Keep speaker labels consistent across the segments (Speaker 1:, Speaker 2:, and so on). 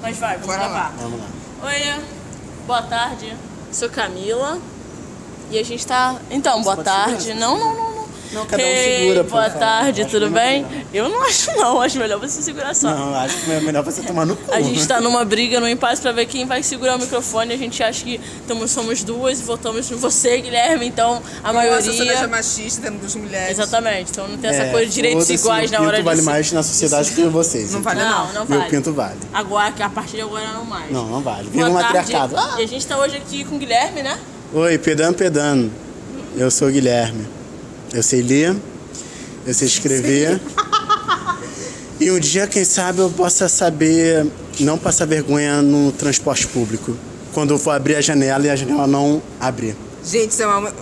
Speaker 1: Mas vai, vamos
Speaker 2: Bora lá.
Speaker 1: gravar.
Speaker 3: Vamos lá.
Speaker 1: Oi, boa tarde. Sou Camila. E a gente tá. Então, boa
Speaker 3: pode
Speaker 1: tarde.
Speaker 3: segurar?
Speaker 1: Não, não, não, não.
Speaker 3: Não, cada um
Speaker 1: Ei,
Speaker 3: segura, por
Speaker 1: Boa
Speaker 3: favor.
Speaker 1: tarde,
Speaker 3: Acho
Speaker 1: tudo
Speaker 3: melhor.
Speaker 1: bem? Eu não acho, não. Acho melhor você segurar só.
Speaker 3: Não, eu acho que é melhor você tomar no cu.
Speaker 1: A gente tá numa briga, num impasse pra ver quem vai segurar o microfone. A gente acha que tamo, somos duas e votamos em você, Guilherme. Então, a
Speaker 2: Nossa, você não é
Speaker 1: maioria.
Speaker 2: machista dentro das mulheres.
Speaker 1: Exatamente. Então não tem essa
Speaker 3: É,
Speaker 1: coisa de direitos
Speaker 3: foda-se,
Speaker 1: iguais
Speaker 3: meu
Speaker 1: na hora
Speaker 3: pinto vale
Speaker 1: de. se-
Speaker 3: mais na sociedade que vocês.
Speaker 2: Não
Speaker 3: então.
Speaker 2: vale
Speaker 1: Não,
Speaker 2: não.
Speaker 1: não
Speaker 3: Meu
Speaker 1: vale.
Speaker 3: pinto vale.
Speaker 1: Agora, a partir de agora não mais.
Speaker 3: Não, não vale. Vira
Speaker 1: Boa
Speaker 3: um
Speaker 1: tarde.
Speaker 3: matriarcado. Ah!
Speaker 1: E a gente tá hoje aqui com o Guilherme, né?
Speaker 3: Oi, pedano, pedano. Eu sou o Guilherme. Eu sei ler, eu sei escrever. E um dia, quem sabe, eu possa saber não passar vergonha no transporte público. Quando eu for abrir a janela e a janela não abrir.
Speaker 2: Gente, isso é uma.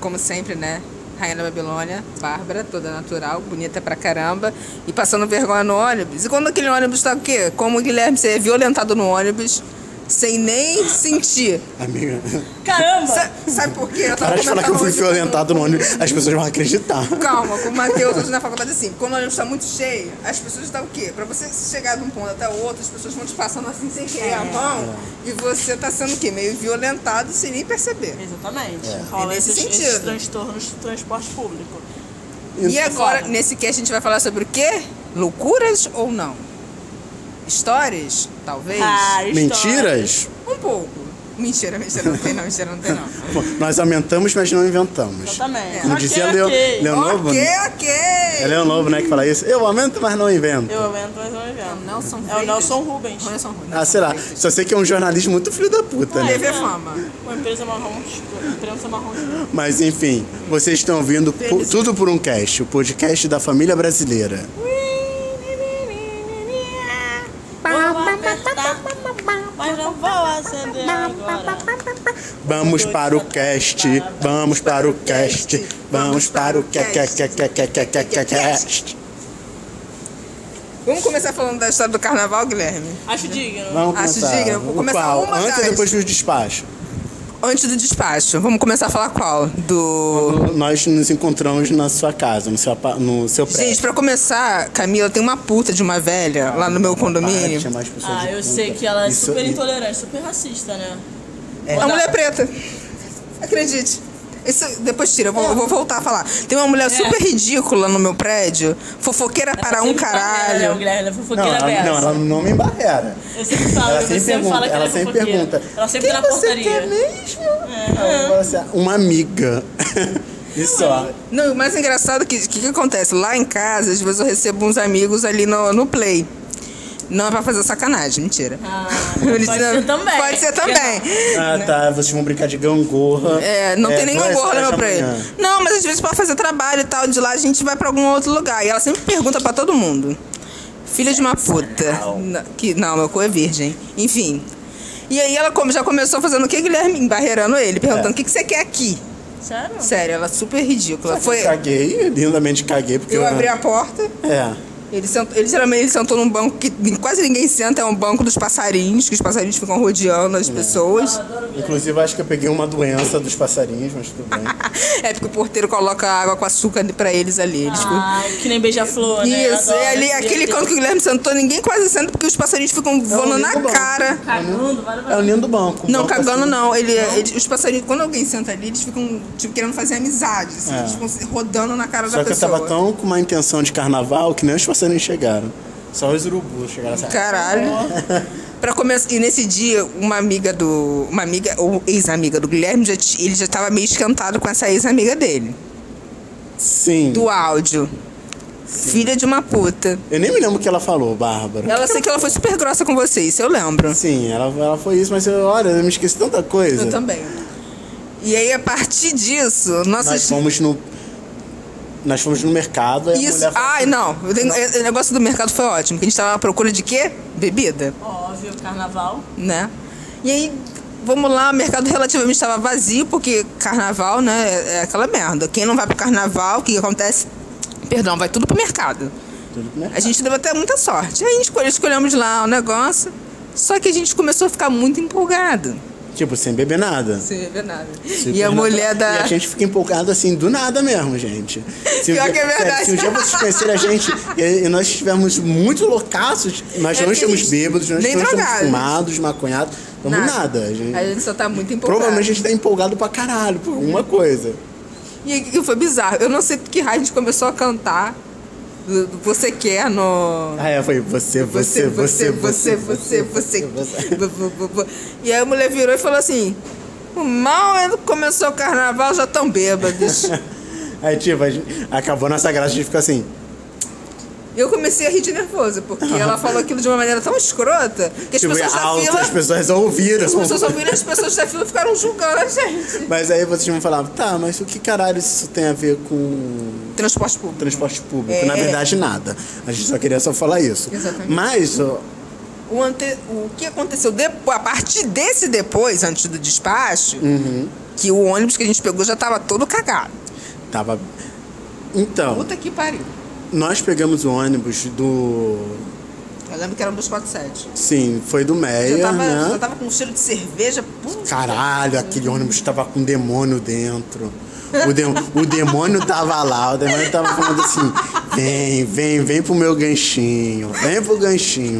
Speaker 2: Como sempre, né? Rainha da Babilônia, Bárbara, toda natural, bonita pra caramba, e passando vergonha no ônibus. E quando aquele ônibus tá o quê? Como o Guilherme, você é violentado no ônibus sem nem sentir.
Speaker 3: Amiga,
Speaker 1: Caramba!
Speaker 2: Sa- sabe por quê? Eu
Speaker 1: Tá
Speaker 3: para de falar que eu fui
Speaker 2: hoje
Speaker 3: violentado no ônibus, as pessoas vão acreditar.
Speaker 2: Calma, com o Matheus hoje na faculdade, assim, quando o ônibus está muito cheio, as pessoas estão o quê? Pra você chegar de um ponto até o outro, as pessoas vão te passando assim sem querer
Speaker 1: É.
Speaker 2: a mão e você tá sendo o quê? Meio violentado sem nem perceber.
Speaker 1: Exatamente.
Speaker 3: É.
Speaker 1: Rola
Speaker 2: É nesse
Speaker 1: esses,
Speaker 2: sentido.
Speaker 1: esses transtornos do transporte público.
Speaker 2: E agora,
Speaker 1: foda.
Speaker 2: nesse cast, a gente vai falar sobre o quê? Loucuras ou não? Histórias? Talvez?
Speaker 1: Ah, história.
Speaker 3: É Mentiras?
Speaker 2: Um pouco. Mentira, mentira, não tem não, mentira, não tem não.
Speaker 3: Bom, Nós aumentamos, mas não inventamos.
Speaker 1: Exatamente.
Speaker 3: Como
Speaker 1: Ok,
Speaker 3: dizia Leo,
Speaker 1: ok.
Speaker 3: Leon Novo,
Speaker 2: ok,
Speaker 3: né?
Speaker 2: ok.
Speaker 3: é Leon Novo, né, que fala isso. Eu aumento, mas não invento.
Speaker 1: Eu aumento, mas não invento.
Speaker 2: Nelson
Speaker 1: É o
Speaker 2: Freitas.
Speaker 1: Nelson Rubens.
Speaker 2: Nelson Rubens.
Speaker 3: Ah, sei lá, só sei que é um jornalismo muito filho da puta, né?
Speaker 2: TV Fama.
Speaker 1: Uma empresa marrom escura. Imprensa marrom escura.
Speaker 3: Mas enfim, vocês estão ouvindo po- Tudo por um Cast, o podcast da família brasileira.
Speaker 1: Vou apertar, mas não vou acender agora.
Speaker 3: Vamos para o cast, tá vamos para o cast, vamos para o ca- ca- ca- ca- ca- ca- ca- ca- cast.
Speaker 2: Vamos começar falando da história do carnaval, Guilherme?
Speaker 1: Acho digno.
Speaker 3: Vamos
Speaker 2: Acho digno,
Speaker 3: começar.
Speaker 2: vou começar
Speaker 3: Qual?
Speaker 2: uma
Speaker 3: Antes
Speaker 2: das.
Speaker 3: ou depois do despacho?
Speaker 2: Antes do despacho, vamos começar a falar qual? Do.
Speaker 3: Nós nos encontramos na sua casa, no seu, apa- no seu
Speaker 2: Gente,
Speaker 3: prédio.
Speaker 2: pra começar, Camila tem uma puta de uma velha lá no meu
Speaker 3: Para de
Speaker 2: condomínio.
Speaker 3: chamar as pessoas
Speaker 1: Ah,
Speaker 3: de
Speaker 1: eu
Speaker 3: puta.
Speaker 1: sei que ela é
Speaker 3: Isso-
Speaker 1: super intolerante, super racista, né?
Speaker 2: É uma mulher preta. Acredite. Isso, depois tira, eu vou, eu vou voltar a falar. Tem uma
Speaker 1: É.
Speaker 2: mulher super ridícula no meu prédio, fofoqueira para um
Speaker 1: Sempre Barreira, né, o
Speaker 2: caralho.
Speaker 1: Guilherme, ela é
Speaker 3: Não,
Speaker 1: fofoqueira
Speaker 3: ela, não,
Speaker 1: dessa.
Speaker 3: ela não me embarrera.
Speaker 1: Eu sempre
Speaker 2: Ah,
Speaker 1: falo, eu
Speaker 3: Ela sempre
Speaker 1: sempre
Speaker 3: pergunta,
Speaker 1: falo que ela
Speaker 3: ela
Speaker 1: é
Speaker 3: sempre
Speaker 1: fofoqueira.
Speaker 3: pergunta.
Speaker 1: Ela sempre tá na portaria.
Speaker 3: mesmo? Ela fala assim, "Ah, uma amiga. E só.
Speaker 2: Não, e o mais engraçado é que o que, que acontece? Lá em casa, às vezes eu recebo uns amigos ali no, no play. Não é pra fazer sacanagem, mentira.
Speaker 1: Ah,
Speaker 2: Eles
Speaker 1: pode ser
Speaker 2: não-
Speaker 1: também.
Speaker 2: Pode ser também.
Speaker 3: Ah, tá. Vocês vão brincar de gangorra.
Speaker 2: É, não tem nenhum
Speaker 3: duas
Speaker 2: gorro no
Speaker 3: horas
Speaker 2: meu
Speaker 3: da
Speaker 2: prédio.
Speaker 3: manhã.
Speaker 2: Não, mas às vezes pra fazer trabalho e tal, de lá a gente vai pra algum outro lugar. E ela sempre pergunta pra todo mundo. Filha de uma puta. Na- Que, não, meu cu é virgem. Enfim. E aí ela come- já começou fazendo o que, Guilherme? Embarreirando ele, perguntando
Speaker 3: É.
Speaker 2: o que, que você quer aqui.
Speaker 1: Sério?
Speaker 2: Sério, ela é super ridícula. Foi.
Speaker 3: Caguei, lindamente caguei, porque...
Speaker 2: Eu abri a porta,
Speaker 3: É.
Speaker 2: ele, sent, ele geralmente ele sentou num banco que quase ninguém senta, é um banco dos passarinhos, que os passarinhos ficam rodeando
Speaker 3: É.
Speaker 2: as pessoas.
Speaker 3: Inclusive, acho que eu peguei uma doença dos passarinhos, mas tudo bem.
Speaker 2: É porque o porteiro coloca água com açúcar pra eles ali.
Speaker 1: Ah,
Speaker 2: Eles ficam-
Speaker 1: Ai, Tipo, que nem beija-flor, né? Eu
Speaker 2: Isso,
Speaker 1: adoro
Speaker 2: é ali,
Speaker 1: esse
Speaker 2: aquele
Speaker 1: dedo.
Speaker 2: canto que o Guilherme sentou, ninguém quase senta porque os passarinhos ficam voando na
Speaker 3: lindo banco.
Speaker 2: cara.
Speaker 1: Cagando, vale
Speaker 3: É o ninho do banco. o
Speaker 2: Não,
Speaker 3: banco
Speaker 2: cagando
Speaker 3: assim.
Speaker 2: não. Ele, ele- os passarinhos, quando alguém senta ali, eles ficam tipo, querendo fazer amizade. assim,
Speaker 3: É.
Speaker 2: Eles ficam se- rodando na cara
Speaker 3: Só
Speaker 2: da
Speaker 3: que eu
Speaker 2: pessoa.
Speaker 3: tava tão com uma intenção de carnaval que nem os passarinhos chegaram. Só os urubus chegaram assim.
Speaker 2: Caralho. Pra começar, e nesse dia, uma amiga do. Uma amiga, ou ex-amiga do Guilherme, já, ti- ele já tava meio esquentado com essa ex-amiga dele.
Speaker 3: Sim.
Speaker 2: Do áudio. Filha de uma puta.
Speaker 3: Eu nem me lembro o que ela falou, Bárbara.
Speaker 2: Ela sei que ela foi super grossa com você, isso eu lembro.
Speaker 3: Sim, ela, ela foi isso, mas eu, olha, eu me esqueci tanta coisa.
Speaker 2: Eu também. E aí, a partir disso, nossa.
Speaker 3: Nós fomos no. Nós fomos no mercado e a
Speaker 2: Isso.
Speaker 3: mulher falou
Speaker 2: Ai,
Speaker 3: assim,
Speaker 2: não. Eu tenho- é- O negócio do mercado foi ótimo, porque a gente tava à procura de quê? Bebida,
Speaker 1: Óbvio, carnaval.
Speaker 2: né? E aí, vamos lá, o mercado relativamente estava vazio, porque carnaval, né, é- é aquela merda. Quem não vai pro carnaval, o que que acontece? Perdão, vai tudo pro mercado.
Speaker 3: tudo né? pro mercado.
Speaker 2: A gente deu até muita sorte. Aí a gente escolhe- escolhemos lá o negócio, só que a gente começou a ficar muito empolgado.
Speaker 3: Tipo, sem beber nada.
Speaker 2: Sem beber nada.
Speaker 3: Super
Speaker 2: e a
Speaker 3: natural.
Speaker 2: mulher da.
Speaker 3: E a gente fica empolgado assim, do nada mesmo, gente. Se
Speaker 2: Pior
Speaker 3: dia-
Speaker 2: que é
Speaker 3: sério,
Speaker 2: verdade.
Speaker 3: Se um dia vocês conhecerem a gente e, e nós estivermos muito loucaços, nós
Speaker 2: É
Speaker 3: não
Speaker 2: porque
Speaker 3: estamos
Speaker 2: a gente-
Speaker 3: bêbados, nós
Speaker 2: nem
Speaker 3: não estamos
Speaker 2: drogados.
Speaker 3: fumados, maconhados, estamos nada. A gente-
Speaker 2: A gente só tá muito empolgado.
Speaker 3: provavelmente a gente tá empolgado pra caralho por alguma coisa.
Speaker 2: E que foi bizarro. Eu não sei por que raio a gente começou a cantar. do- do Você quer no.
Speaker 3: Ah, é, foi você, você, você,
Speaker 2: você, você, você, Bu- bu- bu- bu- E aí a mulher virou e falou assim: mal é- começou o carnaval, já tão bêbados.
Speaker 3: Aí, tipo, a gente- acabou nossa graça, a gente fica assim.
Speaker 2: Eu comecei a rir de nervoso, porque ela falou aquilo de uma maneira tão escrota que as
Speaker 3: tipo,
Speaker 2: pessoas da
Speaker 3: alto,
Speaker 2: fila.
Speaker 3: as pessoas ouviram.
Speaker 2: As pessoas ouviram as pessoas da fila ficaram julgando a gente.
Speaker 3: Mas aí vocês vão falar, tá, mas o que caralho isso tem a ver com
Speaker 2: Transporte público.
Speaker 3: transporte público.
Speaker 2: É.
Speaker 3: Na verdade, nada. A gente só queria só falar isso.
Speaker 2: Exatamente.
Speaker 3: Mas, ó,
Speaker 2: O, ante... o que aconteceu depois, a partir desse depois, antes do despacho,
Speaker 3: Uhum.
Speaker 2: que o ônibus que a gente pegou já tava todo cagado.
Speaker 3: tava. Então,
Speaker 2: Puta que pariu.
Speaker 3: nós pegamos o ônibus do.
Speaker 2: Eu lembro que era um dos 47.
Speaker 3: Sim, foi do
Speaker 2: Já
Speaker 3: Meia,
Speaker 2: tava, já
Speaker 3: né?
Speaker 2: tava com um cheiro de cerveja. Puta.
Speaker 3: Caralho, aquele ônibus tava com demônio dentro. O, de- o demônio tava lá, o demônio tava falando assim: vem, vem, vem pro meu ganchinho, vem pro ganchinho.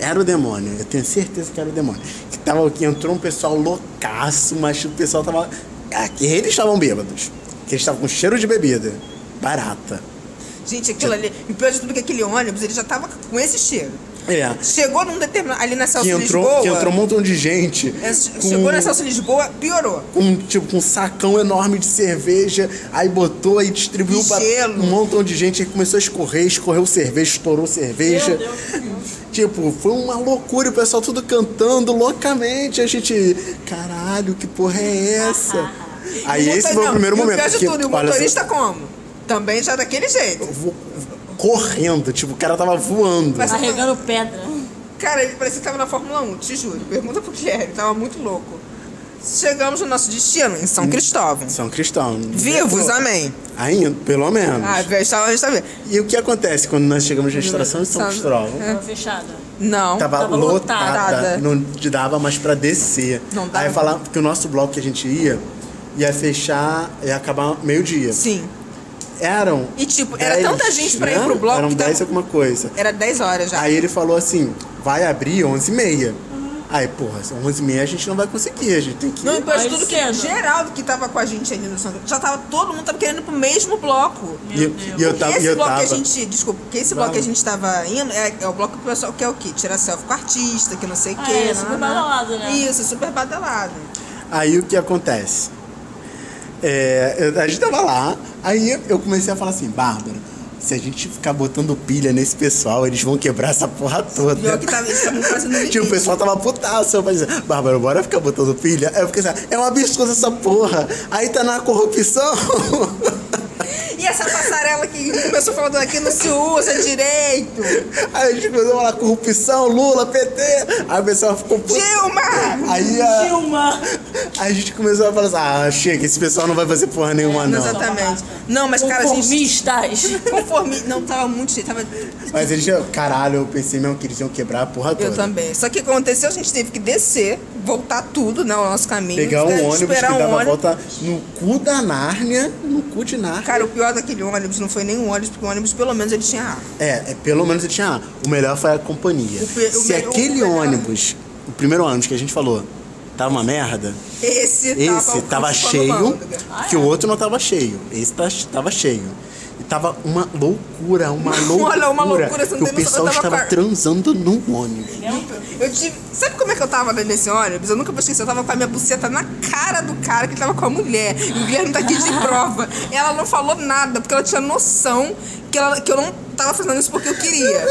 Speaker 3: Era o demônio, eu tenho certeza que era o demônio. Que tava, que entrou um pessoal loucaço, mas o pessoal tava. ah, que Eles estavam bêbados, que eles estavam com cheiro de bebida, barata.
Speaker 2: Gente, aquilo ali. E pior de tudo que aquele ônibus, ele já tava com esse cheiro.
Speaker 3: É.
Speaker 2: Chegou num determinado. Ali na Celso
Speaker 3: Que entrou,
Speaker 2: Lisboa.
Speaker 3: que entrou um montão de gente.
Speaker 2: é, che-
Speaker 3: com-
Speaker 2: Chegou na Celso Lisboa, piorou.
Speaker 3: um, tipo, com um sacão enorme de cerveja, aí botou e distribuiu
Speaker 2: E
Speaker 3: pra
Speaker 2: gelo.
Speaker 3: um montão de gente, aí começou a escorrer, escorreu cerveja, estourou cerveja.
Speaker 1: Meu Deus do céu.
Speaker 3: Tipo, foi uma loucura, o pessoal tudo cantando loucamente, a gente, caralho, que porra é essa? Aí
Speaker 2: E o
Speaker 3: esse
Speaker 2: motor-
Speaker 3: foi o
Speaker 2: não,
Speaker 3: primeiro
Speaker 2: e
Speaker 3: momento.
Speaker 2: Pior de
Speaker 3: que,
Speaker 2: tudo, e o
Speaker 3: olha,
Speaker 2: motorista como? Também já daquele jeito.
Speaker 3: eu vou- correndo, tipo, o cara tava voando.
Speaker 2: Mas-
Speaker 1: Carregando pedra.
Speaker 2: Cara, ele parecia que tava na Fórmula 1, te juro. Pergunta pro Guilherme, tava muito louco. Chegamos no nosso destino, em
Speaker 3: Hum.
Speaker 2: São Cristóvão.
Speaker 3: São Cristão.
Speaker 2: Vivos, amém.
Speaker 3: Ainda, pelo menos.
Speaker 2: Ah, velho, estava a gente tá vendo.
Speaker 3: E o que acontece quando nós chegamos na restauração de São
Speaker 2: São-
Speaker 3: Cristóvão?
Speaker 1: Tava fechada.
Speaker 2: Não.
Speaker 3: Tava,
Speaker 1: Tava
Speaker 3: lotada.
Speaker 2: lotada.
Speaker 3: Não te dava mais pra descer.
Speaker 2: Não dava.
Speaker 3: Aí falar que o nosso bloco que a gente ia ia fechar, ia acabar meio-dia.
Speaker 2: Sim.
Speaker 3: Eram.
Speaker 2: E, tipo, era tanta gente pra ir
Speaker 3: né?
Speaker 2: pro bloco
Speaker 3: Eram
Speaker 2: que
Speaker 3: 10
Speaker 2: tava-
Speaker 3: alguma coisa.
Speaker 2: Era 10 horas já.
Speaker 3: Aí ele falou assim: vai abrir 11h30. Aí, porra, 11h30 a gente não vai conseguir, a gente tem que.
Speaker 2: Não, e
Speaker 3: ir.
Speaker 2: pior de
Speaker 1: Aí
Speaker 2: tudo que
Speaker 1: cedo.
Speaker 2: Geraldo que tava com a gente ali no São Cristóvão, já tava todo mundo tava querendo ir pro mesmo bloco.
Speaker 3: E, e eu tava.
Speaker 2: esse
Speaker 3: e eu
Speaker 2: bloco
Speaker 3: tava
Speaker 2: que a gente, desculpa, porque esse bloco que a gente tava indo é, é o bloco que o pessoal quer o quê? Tirar selfie com artista, que não sei o
Speaker 1: Ah,
Speaker 2: quê.
Speaker 1: é,
Speaker 2: né,
Speaker 1: super
Speaker 2: né, né.
Speaker 1: badalado, né?
Speaker 2: Isso, super badalado.
Speaker 3: Aí o que acontece? É, eu- a gente tava lá, aí eu comecei a falar assim, Bárbara, se a gente ficar botando pilha nesse pessoal, eles vão quebrar essa porra toda.
Speaker 2: Pior que tava, eles estavam fazendo
Speaker 3: Tipo, o
Speaker 2: limite.
Speaker 3: pessoal tava putaço. Eu falei assim, Bárbara, bora ficar botando pilha? Aí eu fiquei assim, é um absurdo essa porra. Aí tá na corrupção.
Speaker 2: E essa passarela que começou falando aqui não se usa direito.
Speaker 3: Aí a gente começou a falar corrupção, Lula, PT. Aí o pessoal ficou puto.
Speaker 2: Dilma!
Speaker 3: Aí a,
Speaker 1: Dilma!
Speaker 3: a gente começou a falar assim, ah, chega, esse pessoal não vai fazer porra nenhuma, não.
Speaker 2: Exatamente. Não, mas cara, a gente.
Speaker 1: Conformistas.
Speaker 2: Conformi... Não, tava muito cheio. Tava...
Speaker 3: Mas eles, já- caralho, eu pensei mesmo que eles iam quebrar a porra toda.
Speaker 2: Eu também. Só que o que aconteceu, a gente teve que descer, voltar tudo né, o nosso caminho.
Speaker 3: Pegar um
Speaker 2: né,
Speaker 3: ônibus que
Speaker 2: esperar
Speaker 3: dava
Speaker 2: um ônibus.
Speaker 3: volta no cu da Nárnia, no cu de Nárnia.
Speaker 2: Cara, o pior daquele ônibus não foi nem o ônibus, porque o ônibus pelo menos ele tinha ar.
Speaker 3: É, é, pelo menos eu tinha. ah, O melhor foi a companhia.
Speaker 2: O pe- o
Speaker 3: Se
Speaker 2: melhor-
Speaker 3: aquele
Speaker 2: o melhor-
Speaker 3: ônibus, o primeiro ônibus que a gente falou, tava uma merda,
Speaker 2: Esse,
Speaker 3: esse
Speaker 2: tava,
Speaker 3: tava
Speaker 2: ocupando
Speaker 3: cheio,
Speaker 2: Almôndega.
Speaker 3: que o outro não tava cheio. Esse tá- tava cheio. E tava uma loucura, uma loucura.
Speaker 2: Olha, uma loucura, você não
Speaker 3: que o
Speaker 2: tem noção,
Speaker 3: pessoal
Speaker 2: eu tava
Speaker 3: estava
Speaker 2: com a-
Speaker 3: transando no ônibus.
Speaker 2: Eu tive. Sabe como é que eu tava nesse ônibus? Eu nunca vou esquecer. Eu tava com a minha buceta na cara do cara que tava com a mulher. E o Guilherme tá aqui de prova. Ela não falou nada, porque ela tinha noção que, ela, que eu não tava fazendo isso porque eu queria.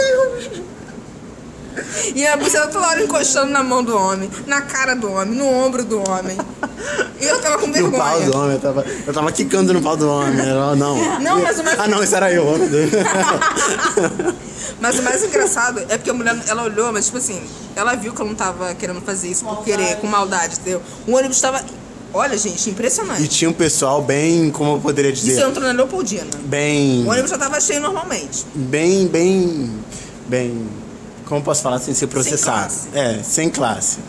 Speaker 2: E a buceta toda hora encostando na mão do homem, na cara do homem, no ombro do homem. E eu tava com
Speaker 3: No pau do
Speaker 2: vergonha.
Speaker 3: homem, eu tava, eu tava quicando no pau do homem. Ela, Não,
Speaker 2: Não, mas o mais-
Speaker 3: Ah, não, isso era eu, meu Deus.
Speaker 2: Mas o mais engraçado é porque a mulher, ela olhou, mas tipo assim, ela viu que eu não tava querendo fazer isso por querer, com maldade, entendeu? O ônibus tava. Olha, gente, impressionante.
Speaker 3: E tinha um pessoal bem, como eu poderia dizer,
Speaker 2: Isso entrou na Leopoldina.
Speaker 3: bem,
Speaker 2: O ônibus já tava cheio normalmente.
Speaker 3: bem, bem, bem, como posso falar sem ser processado?
Speaker 2: classe.
Speaker 3: É, sem classe.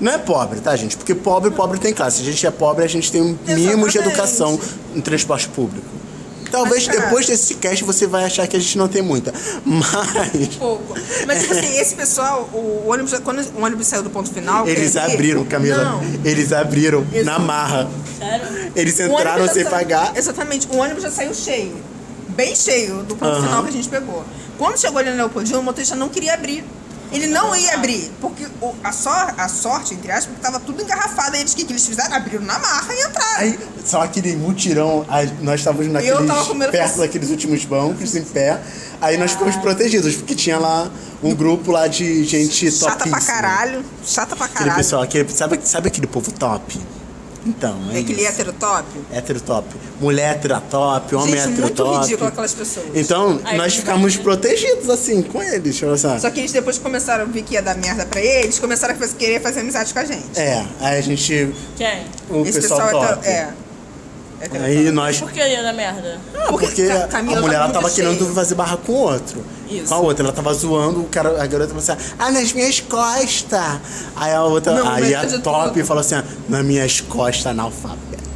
Speaker 3: Não é pobre, tá, gente? Porque pobre, pobre tem classe. Se a gente é pobre, a gente tem um mínimo de
Speaker 2: Exatamente. é.
Speaker 3: educação no transporte público. Talvez
Speaker 2: Mas, cara-
Speaker 3: depois desse cast você vai achar que a gente não tem muita. Mas
Speaker 2: pouco. Mas, tipo assim, esse pessoal, o ônibus, quando o ônibus saiu do ponto final.
Speaker 3: eles
Speaker 2: quer dizer-
Speaker 3: abriram, Camila.
Speaker 2: Não.
Speaker 3: Eles abriram
Speaker 2: Exa-
Speaker 3: na marra.
Speaker 1: Sério?
Speaker 3: Eles
Speaker 2: O ônibus
Speaker 3: entraram
Speaker 2: já
Speaker 3: sem
Speaker 2: sa-
Speaker 3: pagar.
Speaker 2: Exatamente. O ônibus já saiu cheio. Bem cheio do ponto
Speaker 3: Aham.
Speaker 2: final que a gente pegou. Quando chegou ali na Leopoldina, o motorista não queria abrir. Ele não ia abrir, porque o- a, sor- a sorte, entre aspas, porque tava tudo engarrafado. Aí eles, o que, que eles fizeram? Abriram na marra e entraram.
Speaker 3: Aí, só aquele mutirão, aí nós estávamos naqueles,
Speaker 2: tava com medo
Speaker 3: perto
Speaker 2: que-
Speaker 3: daqueles últimos bancos, em pé. Aí nós
Speaker 2: Ah.
Speaker 3: ficamos protegidos, porque tinha lá um grupo lá de gente
Speaker 2: Chata
Speaker 3: topíssima.
Speaker 2: pra caralho. Chata pra
Speaker 3: Aquele
Speaker 2: caralho.
Speaker 3: pessoal, aquele, sabe, sabe aquele povo top? Então, é,
Speaker 2: É aquele
Speaker 3: isso.
Speaker 2: hétero top.
Speaker 3: Hétero top. Mulher hétero top, homem
Speaker 2: Gente,
Speaker 3: hétero
Speaker 2: muito
Speaker 3: top.
Speaker 2: ridículo aquelas pessoas.
Speaker 3: Então,
Speaker 1: Aí
Speaker 3: nós
Speaker 1: não vai,
Speaker 3: ficamos
Speaker 1: né?
Speaker 3: protegidos, assim, com eles, olha só.
Speaker 2: Só que eles depois começaram a ver que ia dar merda pra eles, começaram a fazer- querer fazer amizade com a gente.
Speaker 3: É, aí a gente...
Speaker 1: Quem?
Speaker 3: O pessoal,
Speaker 2: é
Speaker 3: top.
Speaker 2: tão- é. É tão-
Speaker 3: Aí nós...
Speaker 1: Por que ia dar né, merda?
Speaker 3: Ah,
Speaker 2: Porque
Speaker 3: porque
Speaker 2: Ca-
Speaker 3: a
Speaker 2: Camila
Speaker 3: mulher
Speaker 2: tá
Speaker 3: ela
Speaker 2: muito
Speaker 3: tava
Speaker 2: cheia.
Speaker 3: querendo fazer barra com o outro.
Speaker 2: Isso.
Speaker 3: Com a outra, ela tava zoando, o cara, a garota falou assim: ah, nas minhas costas. Aí a outra,
Speaker 2: Não,
Speaker 3: aí
Speaker 2: mas
Speaker 3: a
Speaker 2: eu já tô-
Speaker 3: top falou assim: ah, nas minhas costas, analfabeta.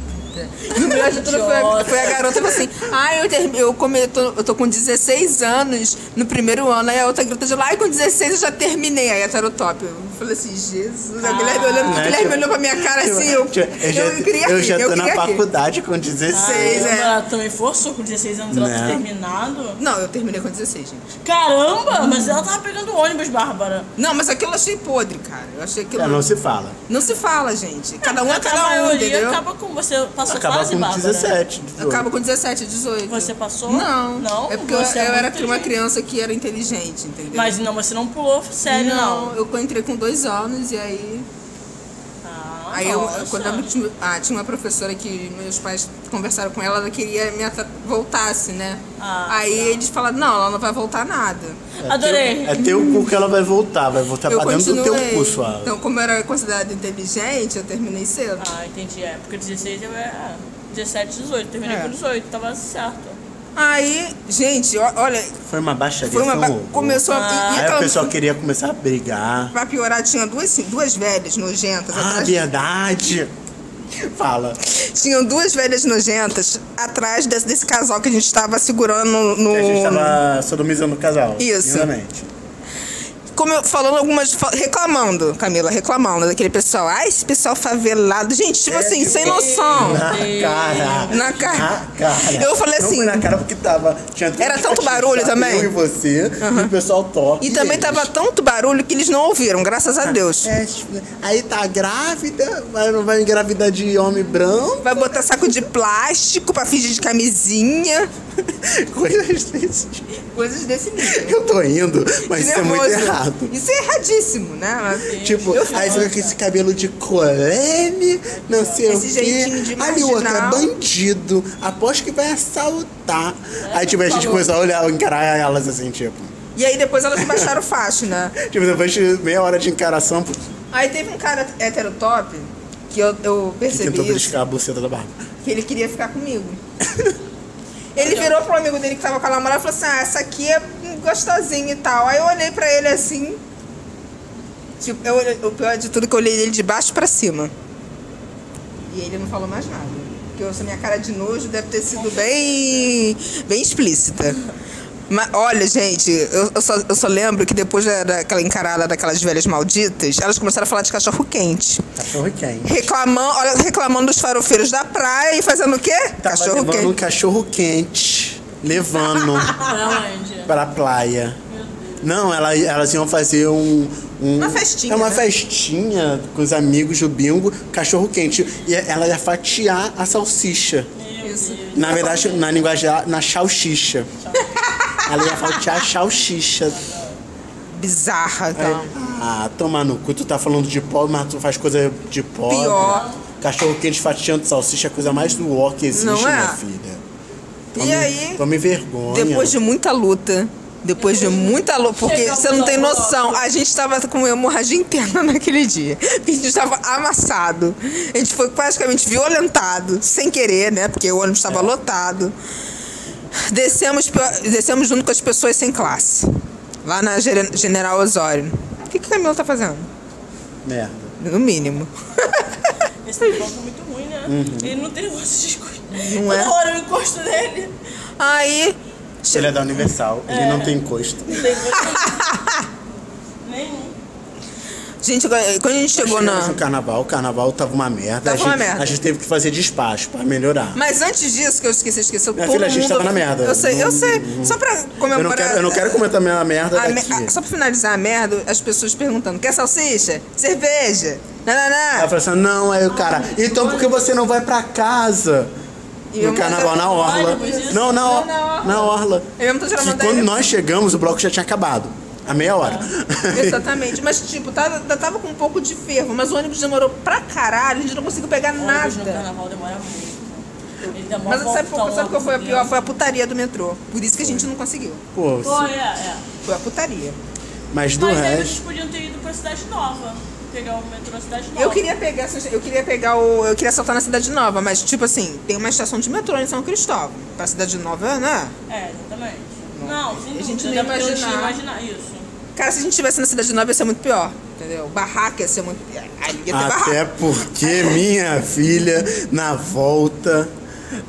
Speaker 2: E o melhor de tudo foi a, foi a garota falou assim: Ah, eu, termi- eu, come- eu, tô, eu tô com 16 anos no primeiro ano. Aí a outra grita de lá, ai, com 16 eu já terminei. Aí a era o top. Eu falei assim: Jesus, a Guilherme olhando, o
Speaker 3: Né,
Speaker 2: Guilherme
Speaker 3: tipo-
Speaker 2: olhou pra minha cara assim. Eu,
Speaker 3: Tipo, eu já,
Speaker 2: eu queria
Speaker 3: eu
Speaker 2: rir,
Speaker 3: já tô
Speaker 2: eu
Speaker 3: na
Speaker 2: queria rir.
Speaker 3: faculdade com 16.
Speaker 2: Seis,
Speaker 1: Caramba,
Speaker 2: é.
Speaker 1: Ela também forçou com 16 anos ela ter
Speaker 3: Né?
Speaker 1: terminado.
Speaker 2: Não, eu terminei com 16, gente.
Speaker 1: Caramba, mas ela tava pegando ônibus, Bárbara.
Speaker 2: Não, mas aquilo eu achei podre, cara. Eu achei aquilo.
Speaker 3: É,
Speaker 2: não...
Speaker 3: não se fala.
Speaker 2: se fala, gente. Cada um é
Speaker 1: A
Speaker 2: cada um,
Speaker 1: maioria
Speaker 2: entendeu?
Speaker 1: acaba com você. Passou
Speaker 3: Acaba
Speaker 1: fase,
Speaker 3: com
Speaker 1: Bárbara.
Speaker 3: 17.
Speaker 2: né? Eu acabo com 17, 18.
Speaker 1: Você passou?
Speaker 2: Não.
Speaker 1: Não?
Speaker 2: É porque
Speaker 1: Você
Speaker 2: eu,
Speaker 1: é
Speaker 2: eu era
Speaker 1: muito
Speaker 2: uma
Speaker 1: inteligente.
Speaker 2: criança que era inteligente, entendeu?
Speaker 1: Mas não, você não pulou sério, não.
Speaker 2: não, eu entrei com dois anos e aí
Speaker 1: Ah,
Speaker 2: Aí eu,
Speaker 1: nossa.
Speaker 2: quando eu tinha, ah, tinha uma professora que meus pais conversaram com ela, ela queria me atra- voltasse, né?
Speaker 1: Ah,
Speaker 2: aí eles falaram, não, ela não vai voltar nada.
Speaker 1: Adorei.
Speaker 3: É teu cu que ela vai voltar, vai voltar pra dentro Tá do teu cu, sua.
Speaker 2: Então, como eu era considerada inteligente, eu terminei cedo.
Speaker 1: Ah, entendi. É, porque 16 eu era. 17, 18. Terminei
Speaker 2: É.
Speaker 1: com 18, tava certo.
Speaker 2: Aí, gente, ó- olha,
Speaker 3: Foi uma baixaria.
Speaker 2: foi uma. ba-
Speaker 3: um horror.
Speaker 2: Começou
Speaker 1: Ah.
Speaker 2: a. e- e
Speaker 3: Aí o
Speaker 2: aquela-
Speaker 3: pessoal queria começar a brigar.
Speaker 2: Pra piorar, tinha duas, sim, duas velhas nojentas
Speaker 3: Ah,
Speaker 2: atrás.
Speaker 3: verdade! Fala.
Speaker 2: Tinham duas velhas nojentas atrás desse, desse casal que a gente tava segurando no. no-
Speaker 3: Que a gente tava sodomizando o casal.
Speaker 2: Isso.
Speaker 3: lindamente.
Speaker 2: como eu, falando algumas. fa- reclamando, Camila, reclamando daquele pessoal. Ai, esse pessoal favelado. Gente,
Speaker 3: É,
Speaker 2: tipo assim, sem noção.
Speaker 3: Na
Speaker 1: Deus.
Speaker 3: cara.
Speaker 2: Na cara.
Speaker 3: Na cara.
Speaker 2: Eu falei
Speaker 3: Não
Speaker 2: assim-
Speaker 3: foi na cara porque tava. Tinha dois
Speaker 2: Era tanto
Speaker 3: cachinhos,
Speaker 2: barulho
Speaker 3: tava
Speaker 2: também?
Speaker 3: Eu e você, e o pessoal toca.
Speaker 2: E também
Speaker 3: eles.
Speaker 2: tava tanto barulho que eles não ouviram, graças a Deus.
Speaker 3: É, tipo, aí tá grávida, mas não vai engravidar de homem branco.
Speaker 2: Vai botar saco de plástico pra fingir de camisinha.
Speaker 3: Coisas desse tipo.
Speaker 2: Coisas desse nível.
Speaker 3: Eu tô indo, mas isso é muito
Speaker 2: Nervoso.
Speaker 3: errado.
Speaker 2: Isso é erradíssimo, né? Mas-
Speaker 3: Tipo,
Speaker 2: Eu fico-
Speaker 3: aí fica com esse cabelo de colene, não sei
Speaker 2: Esse
Speaker 3: o
Speaker 2: jeitinho
Speaker 3: quê.
Speaker 2: de
Speaker 3: Aí o outro é
Speaker 2: marginal.
Speaker 3: bandido, aposto que vai assaltar.
Speaker 2: É,
Speaker 3: Aí tipo, a gente começou a olhar, encarar elas assim, tipo.
Speaker 2: E aí depois elas baixaram o facho, né?
Speaker 3: Tipo, depois de meia hora de encaração,
Speaker 2: Aí teve um cara heterotop que eu, eu
Speaker 3: que
Speaker 2: percebi
Speaker 3: tentou
Speaker 2: isso.
Speaker 3: beliscar a buceta da barba.
Speaker 2: que ele queria ficar comigo. ele virou pro amigo dele que tava com a namorada e falou assim: Ah, essa aqui é hum, gostosinha e tal. Aí eu olhei pra ele assim. Tipo, eu, olhei- o pior de tudo é que eu olhei ele de baixo pra cima. E ele não falou mais nada. Porque essa minha cara de nojo deve ter sido bem. bem explícita. Mas, olha, gente, eu, eu só, eu só lembro que depois da- daquela encarada daquelas velhas malditas, elas começaram a falar de cachorro quente.
Speaker 3: Cachorro quente.
Speaker 2: Reclamando, olha, reclamando dos farofeiros da praia e fazendo o quê?
Speaker 3: Tava
Speaker 2: cachorro
Speaker 3: levando
Speaker 2: quente.
Speaker 3: um cachorro quente. Levando
Speaker 1: Pra onde?
Speaker 3: pra praia. Não, ela, elas iam fazer um. um-
Speaker 2: Uma festinha,
Speaker 3: É uma
Speaker 2: né?
Speaker 3: festinha com os amigos do bingo, cachorro quente. E ela ia fatiar a salsicha.
Speaker 2: Isso.
Speaker 3: Na verdade, na linguagem, dela, na salsicha. Ela ia fatiar a salsicha.
Speaker 2: Bizarra, então.
Speaker 3: Ah, toma no cu, tu tá falando de pobre, mas tu faz coisa de pobre.
Speaker 2: Pior.
Speaker 3: Cachorro quente fatiando salsicha é a coisa mais do ó que existe,
Speaker 2: Não é?
Speaker 3: minha filha.
Speaker 2: E aí,
Speaker 3: Tome É, vergonha.
Speaker 2: depois de muita luta, depois de muita luta, porque
Speaker 1: Chegamos
Speaker 2: você não tem
Speaker 1: ao
Speaker 2: noção,
Speaker 1: bloco.
Speaker 2: a gente tava com hemorragia interna naquele dia. A gente tava amassado. A gente foi praticamente violentado, sem querer, né? Porque o ônibus estava
Speaker 3: É.
Speaker 2: lotado. Descemos, pe- descemos junto com as pessoas sem classe. Lá na Gere- General Osório. O que, que o Camilo tá fazendo?
Speaker 3: Merda.
Speaker 2: No mínimo.
Speaker 1: Esse pipoca é muito ruim, né? Ele não tem gosto de escolha.
Speaker 2: Uhum. Não é?
Speaker 1: Toda hora eu encosto nele.
Speaker 2: Aí.
Speaker 3: Ele é da Universal, ele não tem encosto.
Speaker 1: Não tem gosto nenhum.
Speaker 2: Gente, agora, quando a gente chegou na.
Speaker 3: Chegamos no um carnaval, o carnaval tava uma merda.
Speaker 2: Tava
Speaker 3: a gente,
Speaker 2: uma merda.
Speaker 3: A gente teve que fazer despacho pra melhorar.
Speaker 2: Mas antes disso, que eu esqueci, esqueceu
Speaker 3: Minha
Speaker 2: todo
Speaker 3: filha, a gente
Speaker 2: mundo-
Speaker 3: tava na merda.
Speaker 2: Eu sei, eu
Speaker 3: Não-
Speaker 2: sei. Só pra comemorar.
Speaker 3: eu, não quero, eu não quero comentar minha merda
Speaker 2: A me-
Speaker 3: daqui.
Speaker 2: a- só pra finalizar a merda, as pessoas perguntando: quer salsicha? Cerveja? Nananá?
Speaker 3: Ela falou assim, não, aí o cara, então por que você não vai pra casa?
Speaker 2: E eu-
Speaker 3: no carnaval, na orla.
Speaker 1: ônibus, isso.
Speaker 3: Não, na, or-
Speaker 2: Não, na orla.
Speaker 3: na orla.
Speaker 2: Eu mesmo tô tirando
Speaker 3: Que
Speaker 2: onda
Speaker 3: quando
Speaker 2: dele.
Speaker 3: nós chegamos, o bloco já tinha acabado. A meia hora.
Speaker 2: Tá. Exatamente. Mas, tipo, tava, tava com um pouco de fervo, mas o ônibus demorou pra caralho, a gente não conseguiu pegar
Speaker 1: Ônibus no
Speaker 2: nada.
Speaker 1: carnaval demora muito. Ele dá mó
Speaker 2: Mas sabe,
Speaker 1: voltão
Speaker 2: por- sabe qual foi a
Speaker 1: lá,
Speaker 2: pior? Foi a putaria do metrô. Por isso que a gente não conseguiu.
Speaker 3: Pô,
Speaker 1: Pô,
Speaker 3: se-
Speaker 1: é, é.
Speaker 2: Foi a putaria.
Speaker 3: mas do
Speaker 1: Mas aí eles
Speaker 3: resto.
Speaker 1: podiam ter ido pra Cidade Nova. Pegar o metrô na Cidade Nova.
Speaker 2: Eu queria pegar, eu queria pegar o. Eu queria saltar na Cidade Nova, mas tipo assim, tem uma estação de metrô em São Cristóvão. Pra Cidade Nova, né?
Speaker 1: É, exatamente. Não, sem
Speaker 2: A
Speaker 1: dúvida.
Speaker 2: gente não
Speaker 1: dá pra ter um
Speaker 2: imaginar.
Speaker 1: estilo imaginar isso.
Speaker 2: Cara, se a gente estivesse na Cidade Nova ia ser muito pior, entendeu? Barraca ia ser muito. Ali ia ter
Speaker 3: Até
Speaker 2: barraca.
Speaker 3: porque minha filha, na volta.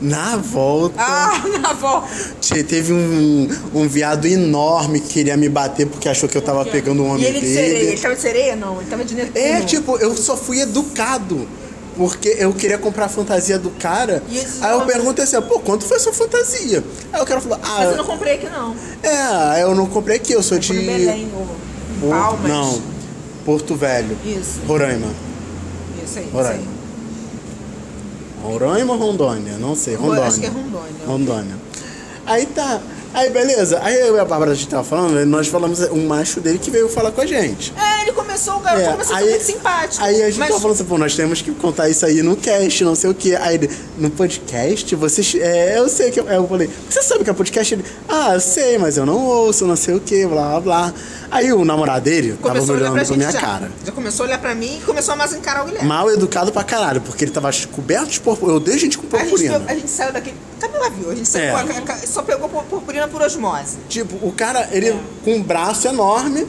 Speaker 3: Na volta.
Speaker 2: Ah, na volta.
Speaker 3: te- Teve um, um viado enorme que queria me bater porque achou que eu tava pegando um homem
Speaker 2: E ele de
Speaker 3: dele.
Speaker 2: sereia. Ele tava de sereia? Não, ele tava de Netuno.
Speaker 3: É, tipo, eu só fui educado. Porque eu queria comprar a fantasia do cara.
Speaker 2: E eles
Speaker 3: aí eu
Speaker 2: não-
Speaker 3: perguntei assim, pô, quanto foi sua fantasia? Aí o cara falou, ah,
Speaker 2: Mas eu não comprei aqui, não.
Speaker 3: é, eu não comprei aqui, eu sou de.
Speaker 2: Foi no Belém, ou
Speaker 3: Por-
Speaker 2: em Palmas.
Speaker 3: Não, Porto Velho.
Speaker 2: Isso,
Speaker 3: Roraima.
Speaker 2: isso aí. Isso aí.
Speaker 3: Roraima. Roraima ou Rondônia? Não sei, Rondônia.
Speaker 2: Acho que é Rondônia.
Speaker 3: Rondônia. Aí tá. Aí beleza. Aí eu e a Bárbara a gente tava falando, né, nós falamos é, o macho dele que veio falar com a gente.
Speaker 2: É, ele começou, o garoto
Speaker 3: É,
Speaker 2: começou a ser
Speaker 3: aí-
Speaker 2: muito simpático.
Speaker 3: Aí a gente
Speaker 2: mas
Speaker 3: tava falando assim, pô, nós temos que contar isso aí no cast, não sei o quê. Aí ele, no podcast, vocês. É, eu sei que. Eu, eu falei, você sabe que é podcast? Ele, ah, eu sei, mas eu não ouço, não sei o quê, blá blá blá. Aí o namorado dele
Speaker 2: começou a
Speaker 3: tava
Speaker 2: olhar pra
Speaker 3: olhando pra
Speaker 2: gente
Speaker 3: minha
Speaker 2: já.
Speaker 3: cara.
Speaker 2: Já começou a olhar pra mim e começou a mais encarar o Guilherme.
Speaker 3: Mal educado pra caralho, porque ele tava coberto de purpurina. Eu odeio gente com
Speaker 2: A gente,
Speaker 3: purpurina.
Speaker 2: a gente saiu daqui. Camila viu, a gente saiu
Speaker 3: É.
Speaker 2: com a- com a- só pegou por- purpurina por osmose.
Speaker 3: Tipo, o cara, ele
Speaker 2: É.
Speaker 3: com um braço enorme,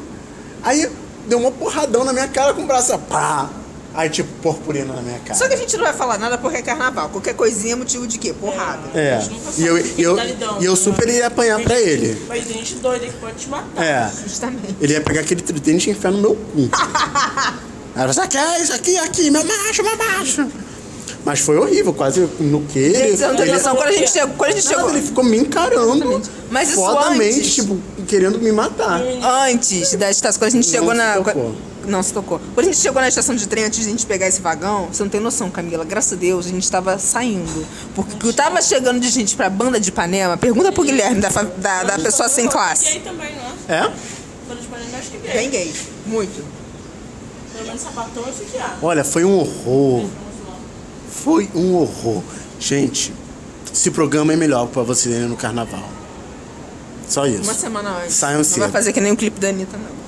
Speaker 3: aí deu uma porradão na minha cara com o braço, pá! Aí, tipo, purpurina na minha cara.
Speaker 2: Só que a gente não vai falar nada porque é carnaval. Qualquer coisinha é motivo de quê? Porrada.
Speaker 3: É, e eu, e
Speaker 2: tá
Speaker 3: eu, e eu super
Speaker 2: né?
Speaker 3: ia apanhar pra ele.
Speaker 1: Mas tem gente doida que pode te
Speaker 2: Tá
Speaker 1: matar.
Speaker 3: É,
Speaker 2: Justamente.
Speaker 3: ele ia pegar aquele tridente e enfiar no meu cu. Era isso aqui, é, isso aqui, aqui, meu macho, meu macho. Mas foi horrível, quase no que ele...
Speaker 2: Gente, você não tem
Speaker 3: ele-
Speaker 2: noção. Quando a gente chegou. Quando a gente
Speaker 3: Nada,
Speaker 2: chegou
Speaker 3: ele ficou me encarando,
Speaker 2: Mas isso
Speaker 3: fodamente,
Speaker 2: antes. Hum.
Speaker 3: tipo, querendo me matar.
Speaker 2: antes da estação, quando a gente
Speaker 3: Não
Speaker 2: chegou
Speaker 3: se
Speaker 2: na.
Speaker 3: tocou.
Speaker 2: Não se tocou. Quando a gente chegou na estação de trem, antes de a gente pegar esse vagão, você não tem noção, Camila. Graças a Deus, a gente tava saindo. Porque o que tava chegando de gente pra banda de Ipanema, pergunta pro Guilherme da, fa- da, da pessoa sem assim, classe.
Speaker 1: E aí Então, também, não é?
Speaker 3: É?
Speaker 1: Quando os panelas, acho que gay.
Speaker 2: Tem gay. Muito.
Speaker 1: Pelo menos sapatão eu sei que é. há.
Speaker 3: Olha, foi um horror.
Speaker 1: Vamos lá.
Speaker 3: Foi um horror. Gente, esse programa é melhor pra você ir no carnaval. Só isso.
Speaker 2: Uma semana antes.
Speaker 3: Saiam
Speaker 2: não
Speaker 3: cedo.
Speaker 2: vai fazer que nem o clipe da Anitta, não.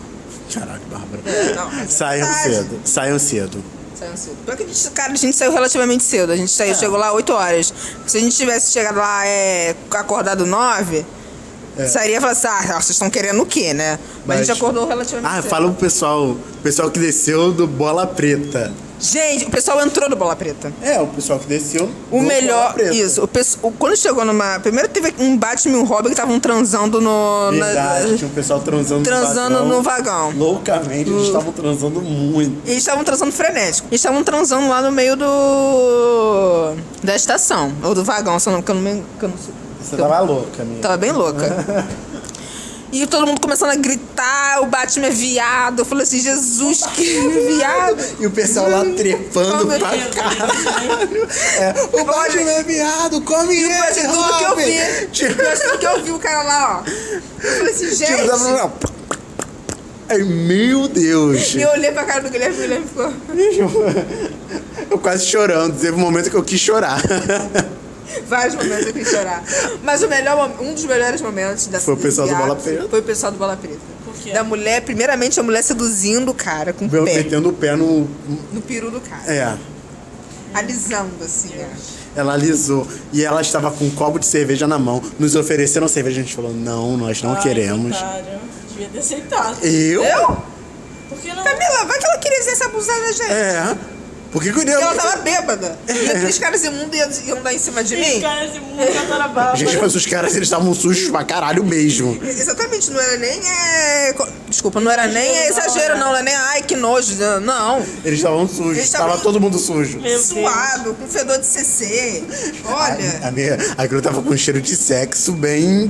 Speaker 3: Caralho, Bárbara.
Speaker 2: não, é
Speaker 3: Saiam
Speaker 2: verdade.
Speaker 3: cedo. Saiam cedo.
Speaker 2: Saiu cedo. Pior que a gente, cara, a gente saiu relativamente cedo. A gente
Speaker 3: É.
Speaker 2: saiu, chegou lá 8 horas. Se a gente tivesse chegado lá é, acordado 9, sairia e falasse, ah, vocês estão querendo o quê, né? Mas, a gente
Speaker 3: É. Mas-
Speaker 2: acordou relativamente
Speaker 3: Ah,
Speaker 2: cedo.
Speaker 3: fala pro pessoal. O pessoal que desceu do Bola Preta.
Speaker 2: Gente, o pessoal entrou no Bola Preta.
Speaker 3: É, o pessoal que desceu.
Speaker 2: O melhor, isso. O pesso- o- quando chegou numa. Primeiro teve um Batman e um Robin que estavam transando no. na-
Speaker 3: Verdade, tinha um pessoal transando
Speaker 2: transando
Speaker 3: no
Speaker 2: no
Speaker 3: vagão.
Speaker 2: vagão. Hum.
Speaker 3: Loucamente, eles estavam transando muito.
Speaker 2: E eles estavam transando frenético. Eles estavam transando lá no meio do. da estação. Ou do vagão, se eu não, que eu não me. Que eu não, sei-
Speaker 3: Você tava louca, minha.
Speaker 2: Tava bem louca. E todo mundo começando a gritar, o Batman é viado. Eu falei assim, Jesus, que viado.
Speaker 3: E o pessoal lá trepando
Speaker 2: Oh, meu
Speaker 3: pra
Speaker 2: Deus.
Speaker 3: caralho. É, o Batman é viado, come ele,
Speaker 2: Foi assim, tudo que eu vi.
Speaker 3: Tipo,
Speaker 2: Foi assim que eu vi o cara lá, ó. Eu falei assim,
Speaker 3: tipo, dava
Speaker 2: gente.
Speaker 3: uma- Ai, meu Deus.
Speaker 2: E eu olhei pra cara do Guilherme e o Guilherme ficou.
Speaker 3: Eu quase chorando. Teve um momento que eu quis chorar.
Speaker 2: Vários momentos eu quis chorar. Mas o melhor, mom- um dos melhores momentos da
Speaker 3: Foi o pessoal do
Speaker 2: viado
Speaker 3: Bola Preta.
Speaker 2: Foi o pessoal do Bola Preta.
Speaker 1: Por quê?
Speaker 2: Da mulher, primeiramente a mulher seduzindo o cara com o
Speaker 3: Eu
Speaker 2: pé.
Speaker 3: metendo o pé no.
Speaker 2: No peru do cara.
Speaker 3: É.
Speaker 2: Alisando, assim, ó.
Speaker 3: Ela alisou. E ela estava com um copo de cerveja na mão. Nos ofereceram cerveja. A gente falou: não, nós não
Speaker 1: Ai,
Speaker 3: queremos.
Speaker 1: otário. Devia ter aceitado.
Speaker 3: Eu?
Speaker 2: tá. Eu?
Speaker 1: Por que não?
Speaker 2: Camila, vai que ela queria ser abusada da gente.
Speaker 3: É. Porque curioso.
Speaker 2: Porque ela tava bêbada. E aqueles caras imundos iam, iam dar em cima de
Speaker 1: Os
Speaker 2: mim.
Speaker 1: caras de mundo na barba.
Speaker 3: Gente, mas os caras eles estavam sujos pra caralho mesmo.
Speaker 2: Exatamente, não era nem. É... co- Desculpa, não era nem é exagero, não. Não era nem. Ai, que nojo. né? Não.
Speaker 3: Eles estavam sujos.
Speaker 2: Eles
Speaker 3: Estava
Speaker 2: estavam-
Speaker 3: todo mundo sujo.
Speaker 1: Meu Deus.
Speaker 2: Suado, com fedor de CC.
Speaker 3: A
Speaker 2: Olha.
Speaker 3: minha, aquilo tava com cheiro de sexo bem.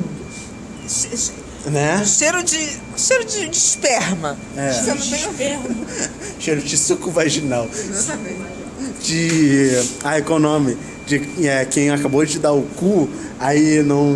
Speaker 2: che- che-
Speaker 3: né?
Speaker 2: Cheiro de. Cheiro de, de esperma.
Speaker 3: É.
Speaker 2: Sendo bem.
Speaker 1: Verbo.
Speaker 3: Cheiro de suco vaginal.
Speaker 2: Exatamente.
Speaker 3: De. Ai, qual o nome? De é, quem acabou de dar o cu, aí não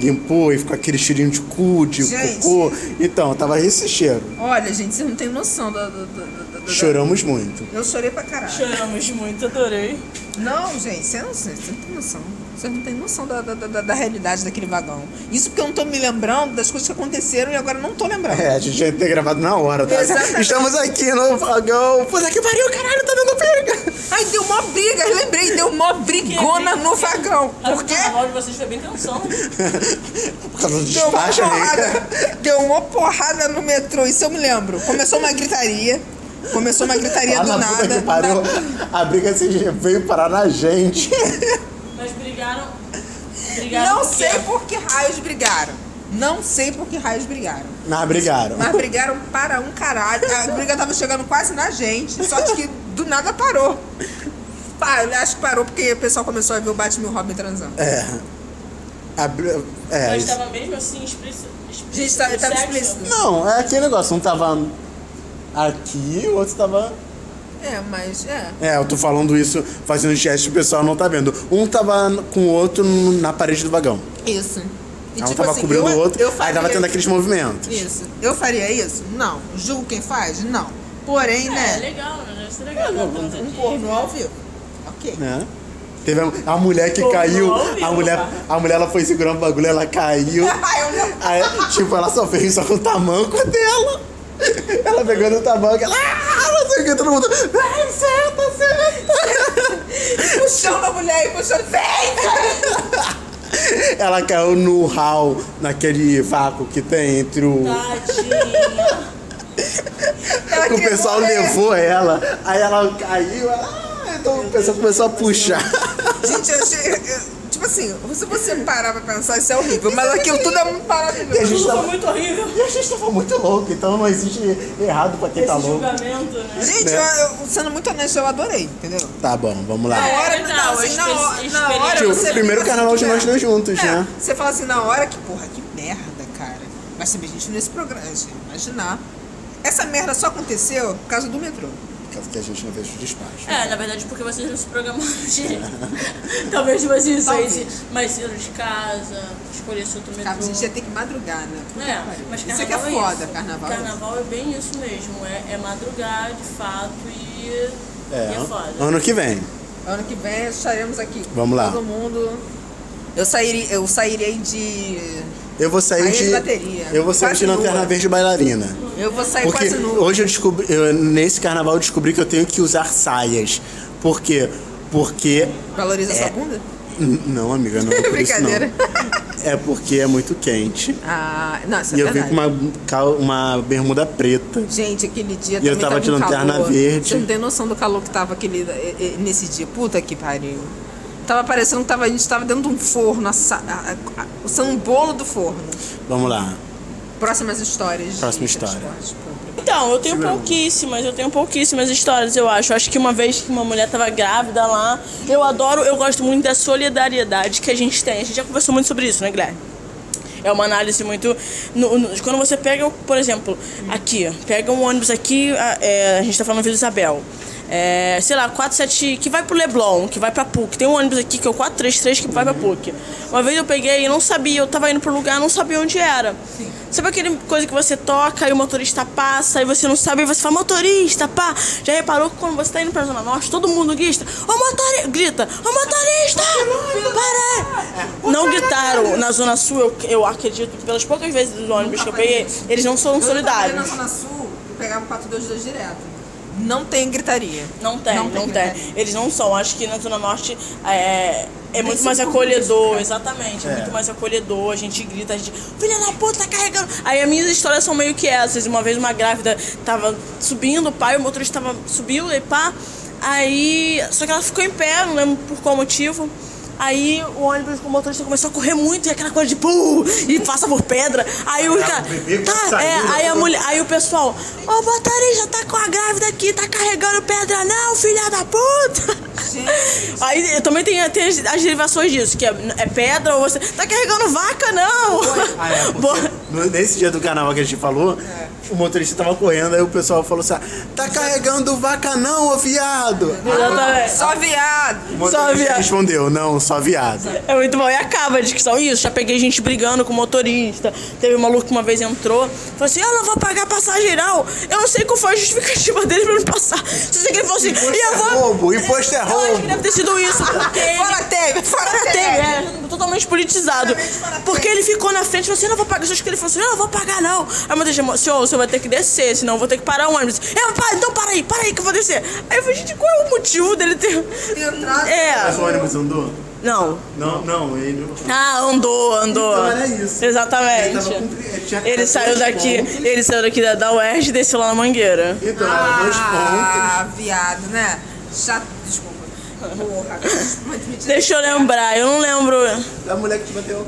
Speaker 3: limpou e ficou aquele cheirinho de cu, de
Speaker 2: Gente.
Speaker 3: cocô. Então, tava esse cheiro.
Speaker 2: Olha, gente, vocês não têm noção da. da, da, da- da-
Speaker 3: Choramos muito.
Speaker 2: Eu chorei pra caralho.
Speaker 1: Choramos muito, adorei.
Speaker 2: Não, gente, vocês não, vocês não têm noção. Vocês não têm noção da, da, da, da realidade daquele vagão. Isso porque eu não tô me lembrando das coisas que aconteceram e agora não tô lembrando.
Speaker 3: É, a gente ia ter gravado na hora, tá?
Speaker 2: Exatamente.
Speaker 3: Estamos aqui no vagão. Puta que pariu, caralho, tá dando briga.
Speaker 2: Ai, deu mó briga, eu lembrei, deu mó brigona no vagão. Por quê?
Speaker 1: A voz de vocês foi bem tensão.
Speaker 3: Por causa do
Speaker 2: Deu uma
Speaker 3: despacho, né?
Speaker 2: porrada. Deu uma porrada no metrô, isso eu me lembro. Começou uma gritaria. Começou uma gritaria
Speaker 3: Lá
Speaker 2: do
Speaker 3: na puta
Speaker 2: nada.
Speaker 3: que pariu, a briga se veio parar na gente.
Speaker 1: Mas brigaram. Brigaram.
Speaker 2: Não
Speaker 1: por quê?
Speaker 2: sei por que raios brigaram. Não sei por que raios brigaram.
Speaker 3: Mas brigaram.
Speaker 2: Mas brigaram para um caralho. A briga tava chegando quase na gente, só que do nada parou. Pa- acho que parou porque o pessoal começou a ver o Batman e o Robin transando.
Speaker 3: É. A bri- é.
Speaker 1: Mas
Speaker 3: isso.
Speaker 1: tava mesmo assim, explícito. explícito
Speaker 2: Gente, tá-
Speaker 1: no
Speaker 2: tava
Speaker 1: sexo?
Speaker 2: explícito.
Speaker 3: Não, é aquele negócio. Um tava aqui, o outro tava.
Speaker 2: É, mas é.
Speaker 3: É, eu tô falando isso fazendo gesto, o pessoal não tá vendo. Um tava com o outro na parede do vagão.
Speaker 2: Isso. E tipo assim,
Speaker 3: um tava cobrindo o outro, aí
Speaker 2: faria
Speaker 3: tava tendo aqueles movimentos.
Speaker 2: Isso. Eu faria isso? Não. Julgo quem faz? Não. Porém,
Speaker 1: É,
Speaker 2: né?
Speaker 1: legal, né? Deve ser
Speaker 3: Ah,
Speaker 1: legal. dá pra fazer
Speaker 2: Um
Speaker 1: de-
Speaker 2: pornô ao vivo. Ok.
Speaker 3: Né? Teve a, a mulher que
Speaker 1: Pô,
Speaker 3: caiu,
Speaker 1: não ouvi,
Speaker 3: a mulher, a mulher ela foi segurando o bagulho, ela caiu.
Speaker 2: Eu não-
Speaker 3: Aí, tipo, ela só fez só com o tamanco dela. Ela pegando o tamanco, ela, ah, não sei o que, todo mundo, vai, senta, senta.
Speaker 2: Puxando a mulher e puxando. Vem!
Speaker 3: Ela caiu no hall, naquele vácuo que tem entre o.
Speaker 1: Tadinha.
Speaker 2: Ela
Speaker 3: que o
Speaker 2: queria
Speaker 3: pessoal
Speaker 2: morrer.
Speaker 3: levou ela, aí ela caiu, ela, ah, então o pessoal começou a puxar.
Speaker 2: Gente, eu achei. eu- Tipo assim, se você parar pra pensar, isso é horrível. Mas aquilo tudo é muito
Speaker 3: E a
Speaker 2: maravilhoso.
Speaker 3: gente
Speaker 1: Tudo
Speaker 3: tava,
Speaker 1: foi muito horrível.
Speaker 3: e a gente tava muito louco, então não existe errado pra quem tá
Speaker 1: Esse
Speaker 3: louco.
Speaker 1: julgamento, né?
Speaker 2: Gente, eu, eu- sendo muito honesto, eu adorei, entendeu?
Speaker 3: Tá bom, vamos lá.
Speaker 2: Na hora,
Speaker 1: É, não,
Speaker 2: não, assim,
Speaker 1: a
Speaker 2: na, hora- na hora.
Speaker 1: experiência-
Speaker 2: você
Speaker 3: Tipo, o primeiro
Speaker 2: fica
Speaker 3: carnaval de
Speaker 2: assim,
Speaker 3: nós dois juntos,
Speaker 2: é,
Speaker 3: né?
Speaker 2: Você fala assim, na hora que, porra, que merda, cara. Mas também a gente nesse programa, a gente imaginar. Essa merda só aconteceu por causa do metrô.
Speaker 3: Caso que a gente não veja o despacho.
Speaker 1: É, na verdade, porque vocês não se programaram direito. Talvez vocês
Speaker 2: Talvez.
Speaker 1: saíssem mais cedo de casa, escolhessem outro metrô.
Speaker 2: Cara, a gente ia ter que madrugar, né?
Speaker 1: É,
Speaker 2: Puta que pariu.
Speaker 1: mas carnaval
Speaker 2: isso aqui é foda, carnaval.
Speaker 1: Carnaval é bem isso mesmo, é, é madrugar de fato e e é, foda.
Speaker 3: ano que vem.
Speaker 2: Ano que vem estaremos aqui. com
Speaker 3: Vamos lá.
Speaker 2: Todo mundo. Eu sairei, eu sairei de.
Speaker 3: Eu vou sair
Speaker 2: Aí é
Speaker 3: de.
Speaker 2: bateria.
Speaker 3: Eu vou sair
Speaker 2: Quase
Speaker 3: de lanterna
Speaker 2: nua.
Speaker 3: verde bailarina.
Speaker 2: Eu vou sair
Speaker 3: Porque
Speaker 2: quase nu.
Speaker 3: hoje eu descobri. eu- nesse carnaval eu descobri que eu tenho que usar saias. Por quê? Porque.
Speaker 2: Valoriza sua bunda?
Speaker 3: N- Não, amiga, não. é Por É, isso, não.
Speaker 2: Brincadeira.
Speaker 3: É porque é muito quente.
Speaker 2: Ah, não, isso é
Speaker 3: e eu vim
Speaker 2: verdade.
Speaker 3: com uma, cal- uma bermuda preta.
Speaker 2: Gente, aquele dia
Speaker 3: E eu
Speaker 2: também
Speaker 3: tava de
Speaker 2: um
Speaker 3: lanterna
Speaker 2: calor.
Speaker 3: verde.
Speaker 2: Você não tem noção do calor que tava aquele, eh, eh, nesse dia. Puta que pariu. Tava parecendo que tava, a gente tava dentro de um forno, assa, a, a, a, assando um bolo do forno.
Speaker 3: Vamos lá.
Speaker 2: Próximas histórias.
Speaker 3: Próxima
Speaker 2: de
Speaker 3: história.
Speaker 2: transporte público.
Speaker 1: Então, eu tenho pouquíssimas, eu tenho pouquíssimas histórias, eu acho. Acho que uma vez que uma mulher tava grávida lá, eu adoro, eu gosto muito da solidariedade que a gente tem. A gente já conversou muito sobre isso, né, Guilherme? É uma análise muito. no- no- quando você pega, por exemplo, aqui, pega um ônibus aqui, a, é, a gente tá falando Vila Isabel. É, sei lá, 47, que vai pro Leblon, que vai pra PUC. Tem um ônibus aqui que é o 433 que vai pra PUC. Uma vez eu peguei e não sabia, eu tava indo pro lugar, não sabia onde era. Sabe aquele coisa que você toca e o motorista passa e você não sabe e você fala, motorista, pá. Já reparou que quando você tá indo pra Zona Norte, todo mundo grita, ô motorista, grita, ô motorista, para! aí." Não gritaram na Zona Sul, eu, eu acredito, que pelas poucas vezes dos ônibus que eu peguei, eles não são
Speaker 2: Eu trabalhei na
Speaker 1: solidários.
Speaker 2: Zona Sul e pegava 422 direto. não tem gritaria.
Speaker 1: Não tem,
Speaker 2: Não
Speaker 1: não,
Speaker 2: tem,
Speaker 1: tem.
Speaker 2: né?
Speaker 1: Eles não são. Acho que na Zona Norte é, é muito
Speaker 2: Esse
Speaker 1: mais
Speaker 2: é o
Speaker 1: acolhedor, exatamente. É.
Speaker 3: É.
Speaker 1: muito mais acolhedor. A gente grita, a gente. Filha da puta, carregando. Aí as minhas histórias são meio que essas. Uma vez uma grávida tava subindo, o pai, o motorista tava subiu e pá. Aí. Só que ela ficou em pé, não lembro por qual motivo. Aí o ônibus com o motorista começou a correr muito e aquela coisa de pum, e passa por pedra. Aí o
Speaker 3: Caraca,
Speaker 1: cara.
Speaker 3: o bebê vai
Speaker 1: Tá,
Speaker 3: sair,
Speaker 1: é,
Speaker 3: né?
Speaker 1: aí a mulher. Olha, Aí o pessoal, ô Botarista, tá com a grávida aqui, tá carregando pedra não, filha da puta! Aí eh, também tem, tem as, as derivações disso, que é, é pedra ou você. Tá carregando vaca, não!
Speaker 3: Ah, é, porque
Speaker 1: Boa.
Speaker 3: no- Nesse dia do carnaval que a gente falou,
Speaker 2: É.
Speaker 3: o motorista tava correndo, aí o pessoal falou assim: "Ah, tá carregando vaca não, ô viado!
Speaker 1: Exatamente.
Speaker 2: Só viado!
Speaker 3: O motorista
Speaker 1: Só viado.
Speaker 3: respondeu, não, só viado.
Speaker 1: É muito bom. E acaba a discussão. Isso, já peguei gente brigando com o motorista. Teve um maluco que uma vez entrou, falou assim: eu não vou pagar passagem, não. Eu não sei qual foi a justificativa dele pra não passar. Se você quer falar assim, e eu
Speaker 3: é
Speaker 1: vou.
Speaker 3: roubo, imposto é
Speaker 1: Eu acho que
Speaker 3: roubo.
Speaker 1: deve ter sido isso, porque. ele-
Speaker 2: Fora Temer! Fora
Speaker 1: Fora Temer,
Speaker 2: Temer!
Speaker 1: é, totalmente politizado.
Speaker 2: Totalmente fora
Speaker 1: Porque ele ficou na frente e falou assim: eu não vou pagar. Eu acho que ele falou assim: eu não vou pagar, não. Aí meu Deus, senhor, o senhor vai ter que descer, senão eu vou ter que parar o ônibus. Eu, pá, então para aí, para aí que eu vou descer. Aí eu falei: gente, qual é o motivo dele ter.
Speaker 2: entrado.
Speaker 1: É.
Speaker 3: Mas o ônibus andou?
Speaker 1: Não.
Speaker 3: Não, não, ele.
Speaker 1: Ah, andou, andou.
Speaker 3: Então era isso. Ele
Speaker 1: Exatamente.
Speaker 3: tava cumpri- ele tinha
Speaker 1: Ele saiu
Speaker 3: dois
Speaker 1: daqui,
Speaker 3: pontos.
Speaker 1: ele saiu daqui da, da UERJ e desceu lá na mangueira.
Speaker 3: Então, era dois pontos.
Speaker 2: Ah, viado, né? Chato, desculpa. Porra, mas me tira-
Speaker 1: Deixa eu lembrar, eu não lembro.
Speaker 3: Da mulher que te bateu.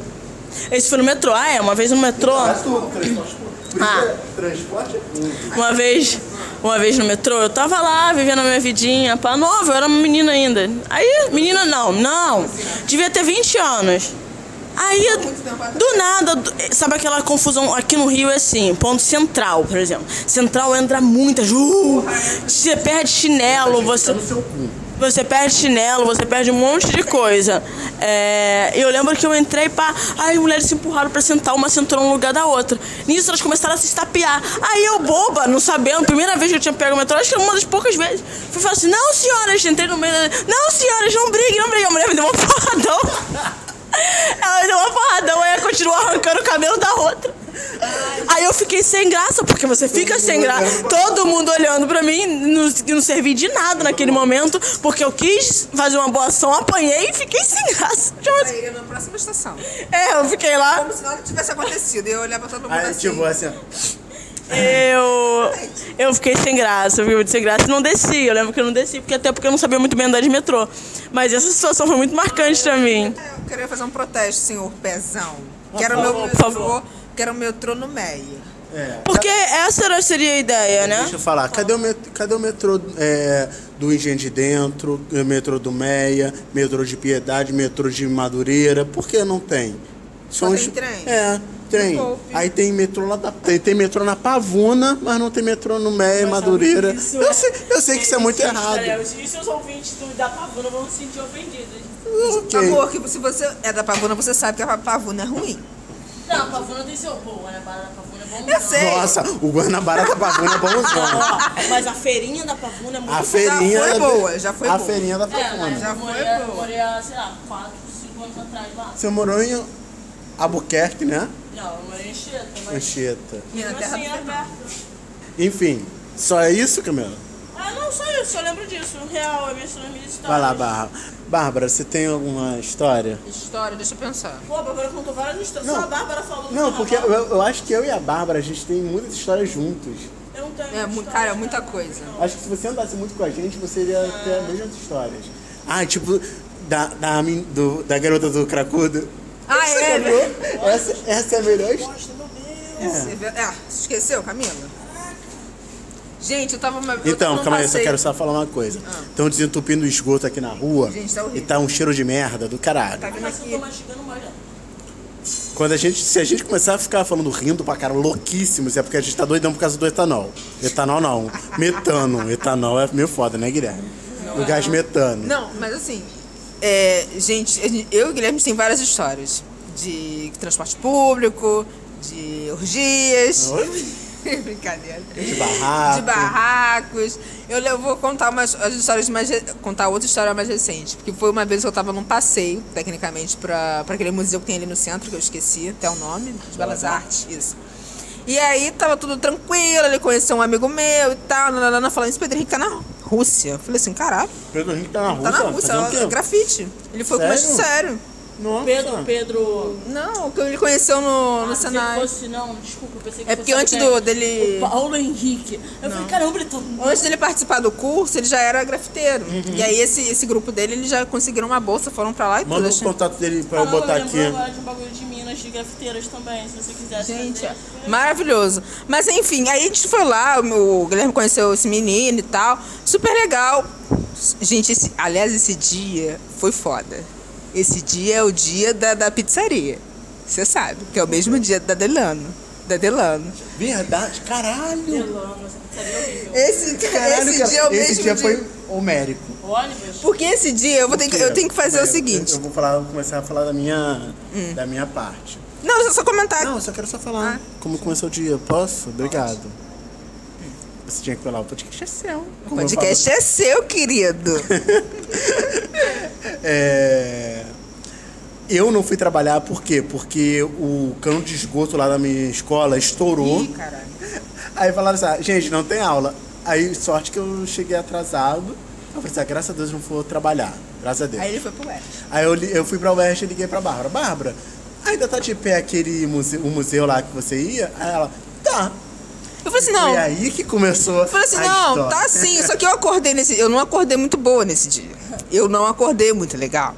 Speaker 1: Esse foi no metrô? Ah, é, uma vez no metrô.
Speaker 3: Era tudo, transporte público. Por isso
Speaker 1: Ah.
Speaker 3: é Transporte público.
Speaker 1: Uma vez, uma vez no metrô, eu tava lá vivendo a minha vidinha, pá, nova, eu era uma menina ainda. Aí, menina não, não, devia ter 20 anos. Aí, do nada, do- sabe aquela confusão aqui no Rio é assim, ponto central, por exemplo. Central entra muitas, uh, você perde chinelo, você
Speaker 3: Tá no seu cu.
Speaker 1: você perde chinelo, você perde um monte de coisa. É, eu lembro que eu entrei pra. Aí as mulheres se empurraram pra sentar, uma sentou no lugar da outra. Nisso elas começaram a se estapear. Aí eu, boba, não sabendo, primeira vez que eu tinha pego o metrô, acho que era uma das poucas vezes. Fui falar assim: não, senhoras, entrei no meio da. Não, senhoras, não briguem, não briguem. A mulher me deu uma porradão. Ela me deu uma porradão, aí ela continuou arrancando o cabelo da outra. Aí eu fiquei sem graça, porque você fica sem graça. Todo mundo olhando pra mim, não, que não servi de nada naquele momento, porque eu quis fazer uma boa ação, apanhei e fiquei sem graça. Tipo assim,
Speaker 2: Sairia na próxima estação.
Speaker 1: É, eu fiquei lá.
Speaker 2: Como se nada tivesse acontecido. Eu olhava todo mundo
Speaker 3: Aí,
Speaker 2: assim.
Speaker 3: tipo, assim, ó.
Speaker 1: Eu. Eu fiquei sem graça, viu? De sem graça. Não desci, eu lembro que eu não desci, porque até porque eu não sabia muito bem andar de metrô. Mas essa situação foi muito marcante pra mim.
Speaker 3: assim.
Speaker 2: Eu queria fazer um protesto, senhor Pezão. Quero o meu
Speaker 1: favor, por
Speaker 2: metrô, quero o metrô no MEI.
Speaker 3: É.
Speaker 1: Porque essa era- seria a ideia, né?
Speaker 3: Deixa eu falar, cadê o, met- cadê o metrô é, do Engenho de Dentro, eh, metrô do Meia, metrô de Piedade, metrô de Madureira? Por que não tem?
Speaker 2: Só
Speaker 3: os-
Speaker 2: tem trem?
Speaker 3: É, trem.
Speaker 2: Um golpe.
Speaker 3: Aí tem metrô lá da... Tem, tem metrô na Pavuna, mas não tem metrô no Meia, Madureira.
Speaker 1: isso
Speaker 3: eu,
Speaker 1: é-
Speaker 3: sei, eu sei que isso é muito errado.
Speaker 2: né?
Speaker 1: E seus ouvintes da Pavuna vão se sentir ofendidos.
Speaker 3: Ok.
Speaker 2: Uh, Amor, que se você é da Pavuna, você sabe que a Pavuna é ruim.
Speaker 1: Não, a Pavuna tem seu bom, né? A Pavuna é bom.
Speaker 2: Eu sei.
Speaker 3: Nossa, o Guanabara da Pavuna é bonzão.
Speaker 1: Mas a feirinha da Pavuna é muito
Speaker 3: A feirinha...
Speaker 2: foi
Speaker 3: da-
Speaker 2: boa, já foi
Speaker 3: A
Speaker 2: boa. né?
Speaker 3: feirinha da
Speaker 1: É,
Speaker 3: Pavuna.
Speaker 1: mas
Speaker 2: Já
Speaker 1: eu
Speaker 2: foi
Speaker 1: morei,
Speaker 2: boa.
Speaker 1: morei há, sei lá, 4, 5 anos atrás lá.
Speaker 3: Você morou em Albuquerque, né?
Speaker 1: Não, eu morei em Chieta, mas
Speaker 3: Anchieta.
Speaker 2: Minha
Speaker 1: mesmo
Speaker 2: terra
Speaker 1: assim
Speaker 2: do
Speaker 1: é
Speaker 2: Fernando.
Speaker 1: perto.
Speaker 3: Enfim, só é isso, Camila?
Speaker 1: Ah, não, só isso, eu lembro disso. Real, é minha história, minha história.
Speaker 3: Vai lá, Bárbara. Bárbara, você tem alguma história?
Speaker 2: História, deixa eu pensar.
Speaker 1: Pô, a Bárbara contou várias histórias.
Speaker 3: Não.
Speaker 1: Só a Bárbara falou.
Speaker 3: Não,
Speaker 1: do
Speaker 3: porque eu,
Speaker 1: carnaval.
Speaker 3: eu acho que eu e a Bárbara, a gente tem muitas histórias juntos.
Speaker 1: Eu não tenho
Speaker 2: É, mu-
Speaker 1: história,
Speaker 2: cara, muita coisa.
Speaker 3: Acho que se você andasse muito com a gente, você iria ter as mesmas histórias. Ah, tipo, da, da, men- do- da garota do cracudo.
Speaker 2: Ah,
Speaker 3: Você
Speaker 2: é? né?
Speaker 3: lembrou? Essa, essa é a melhor história.
Speaker 1: Gosta, meu Deus.
Speaker 2: Você vê- Ah, você esqueceu, Camila? Gente, eu tava uma eu tava
Speaker 3: Então,
Speaker 2: num
Speaker 3: calma aí, eu só
Speaker 2: passeio-
Speaker 3: quero só falar uma coisa. Estão desentupindo o esgoto aqui na rua
Speaker 2: Gente, tá
Speaker 3: e
Speaker 2: horrível.
Speaker 3: tá um cheiro de merda do caralho.
Speaker 2: Tá vindo
Speaker 1: Mas eu tô
Speaker 2: aqui.
Speaker 1: mastigando mais. né?
Speaker 3: Quando a gente, se a gente começar a ficar falando rindo pra cara, louquíssimos, é porque a gente tá doidão por causa do etanol. Etanol não, metano. Etanol é meio foda, né, Guilherme? o gás metano.
Speaker 2: Não, mas assim, é, gente, a gente- eu e o Guilherme tem várias histórias de transporte público, de orgias. Brincadeira.
Speaker 3: De barraco.
Speaker 2: De barracos. Eu le- vou contar umas as histórias mais re- contar outra história mais recente, porque foi uma vez que eu tava num passeio, tecnicamente para aquele museu que tem ali no centro, que eu esqueci até o nome, de Belas Artes, isso. E aí tava tudo tranquilo, ele conheceu um amigo meu e tal, nananana, falando isso, Pedro Henrique tá na Rússia. Eu falei assim, caralho,
Speaker 3: Pedro Henrique tá na Rússia.
Speaker 2: tá na Rússia,
Speaker 3: fazendo o
Speaker 2: ela-
Speaker 3: quê?
Speaker 2: grafite. Ele foi
Speaker 3: Sério?
Speaker 2: com mas sério.
Speaker 3: Nossa.
Speaker 1: Pedro, Pedro.
Speaker 2: Não, que ele conheceu no, no
Speaker 1: Ah, pensei
Speaker 2: Senai.
Speaker 1: que fosse, não, desculpa, eu pensei que
Speaker 2: É porque
Speaker 1: fosse
Speaker 2: antes
Speaker 1: alguém.
Speaker 2: do- dele-
Speaker 1: O Paulo Henrique. Eu falei, caramba, ele tá.
Speaker 2: Antes dele participar do curso, ele já era grafiteiro.
Speaker 3: Uhum.
Speaker 2: E aí esse, esse grupo dele, eles já conseguiram uma bolsa, foram pra lá e
Speaker 3: Manda um
Speaker 2: tudo.
Speaker 3: o
Speaker 2: achei-
Speaker 3: contato dele pra eu
Speaker 1: Caramba,
Speaker 3: botar
Speaker 1: lembrou
Speaker 3: aqui.
Speaker 1: agora de um bagulho de Minas, de grafiteiras também, se você quiser.
Speaker 2: Gente, é,
Speaker 1: fazer.
Speaker 2: ó, maravilhoso. Mas enfim, aí a gente foi lá, o meu- o Guilherme conheceu esse menino e tal. Super legal. Gente, esse- aliás, esse dia foi foda. Esse dia é o dia da, da pizzaria. Você sabe, que é o mesmo dia da Delano. Da Delano.
Speaker 3: Verdade, caralho.
Speaker 1: Delano, essa pizzaria é horrível.
Speaker 2: Esse,
Speaker 3: Caralho,
Speaker 2: esse
Speaker 3: cara,
Speaker 2: dia é o
Speaker 3: esse
Speaker 2: mesmo
Speaker 3: dia
Speaker 2: dia.
Speaker 3: foi homérico.
Speaker 1: Ônibus?
Speaker 2: Porque esse dia eu, vou ter que, eu tenho que fazer
Speaker 3: Eu-
Speaker 2: o seguinte. Hum.
Speaker 3: Eu, eu vou falar, eu vou começar a falar da minha, da minha parte.
Speaker 2: Não, só- só comentar.
Speaker 3: Não, eu só quero só falar como começou o dia. Posso? Obrigado. Você tinha que falar, o podcast é seu.
Speaker 2: o
Speaker 3: Como eu
Speaker 2: podcast é seu, querido.
Speaker 3: É, Eu não fui trabalhar por quê? Porque o cano de esgoto lá da minha escola estourou.
Speaker 2: caralho.
Speaker 3: Aí falaram assim, ah, gente, não tem aula. Aí, sorte que eu cheguei atrasado. Eu falei assim, ah, graças a Deus não vou trabalhar. Graças a Deus.
Speaker 2: Aí
Speaker 3: Aí,
Speaker 2: ele foi pro West.
Speaker 3: eu, li- eu fui pra UERJ e liguei pra Bárbara. Bárbara, ainda tá de pé aquele museu, o museu lá que você ia? Aí ela, tá.
Speaker 2: Eu falei assim, não.
Speaker 3: Foi aí que começou
Speaker 2: Eu falei assim,
Speaker 3: a
Speaker 2: não,
Speaker 3: história.
Speaker 2: tá sim. Só que eu acordei nesse Eu não acordei muito boa nesse dia. Eu não acordei muito legal.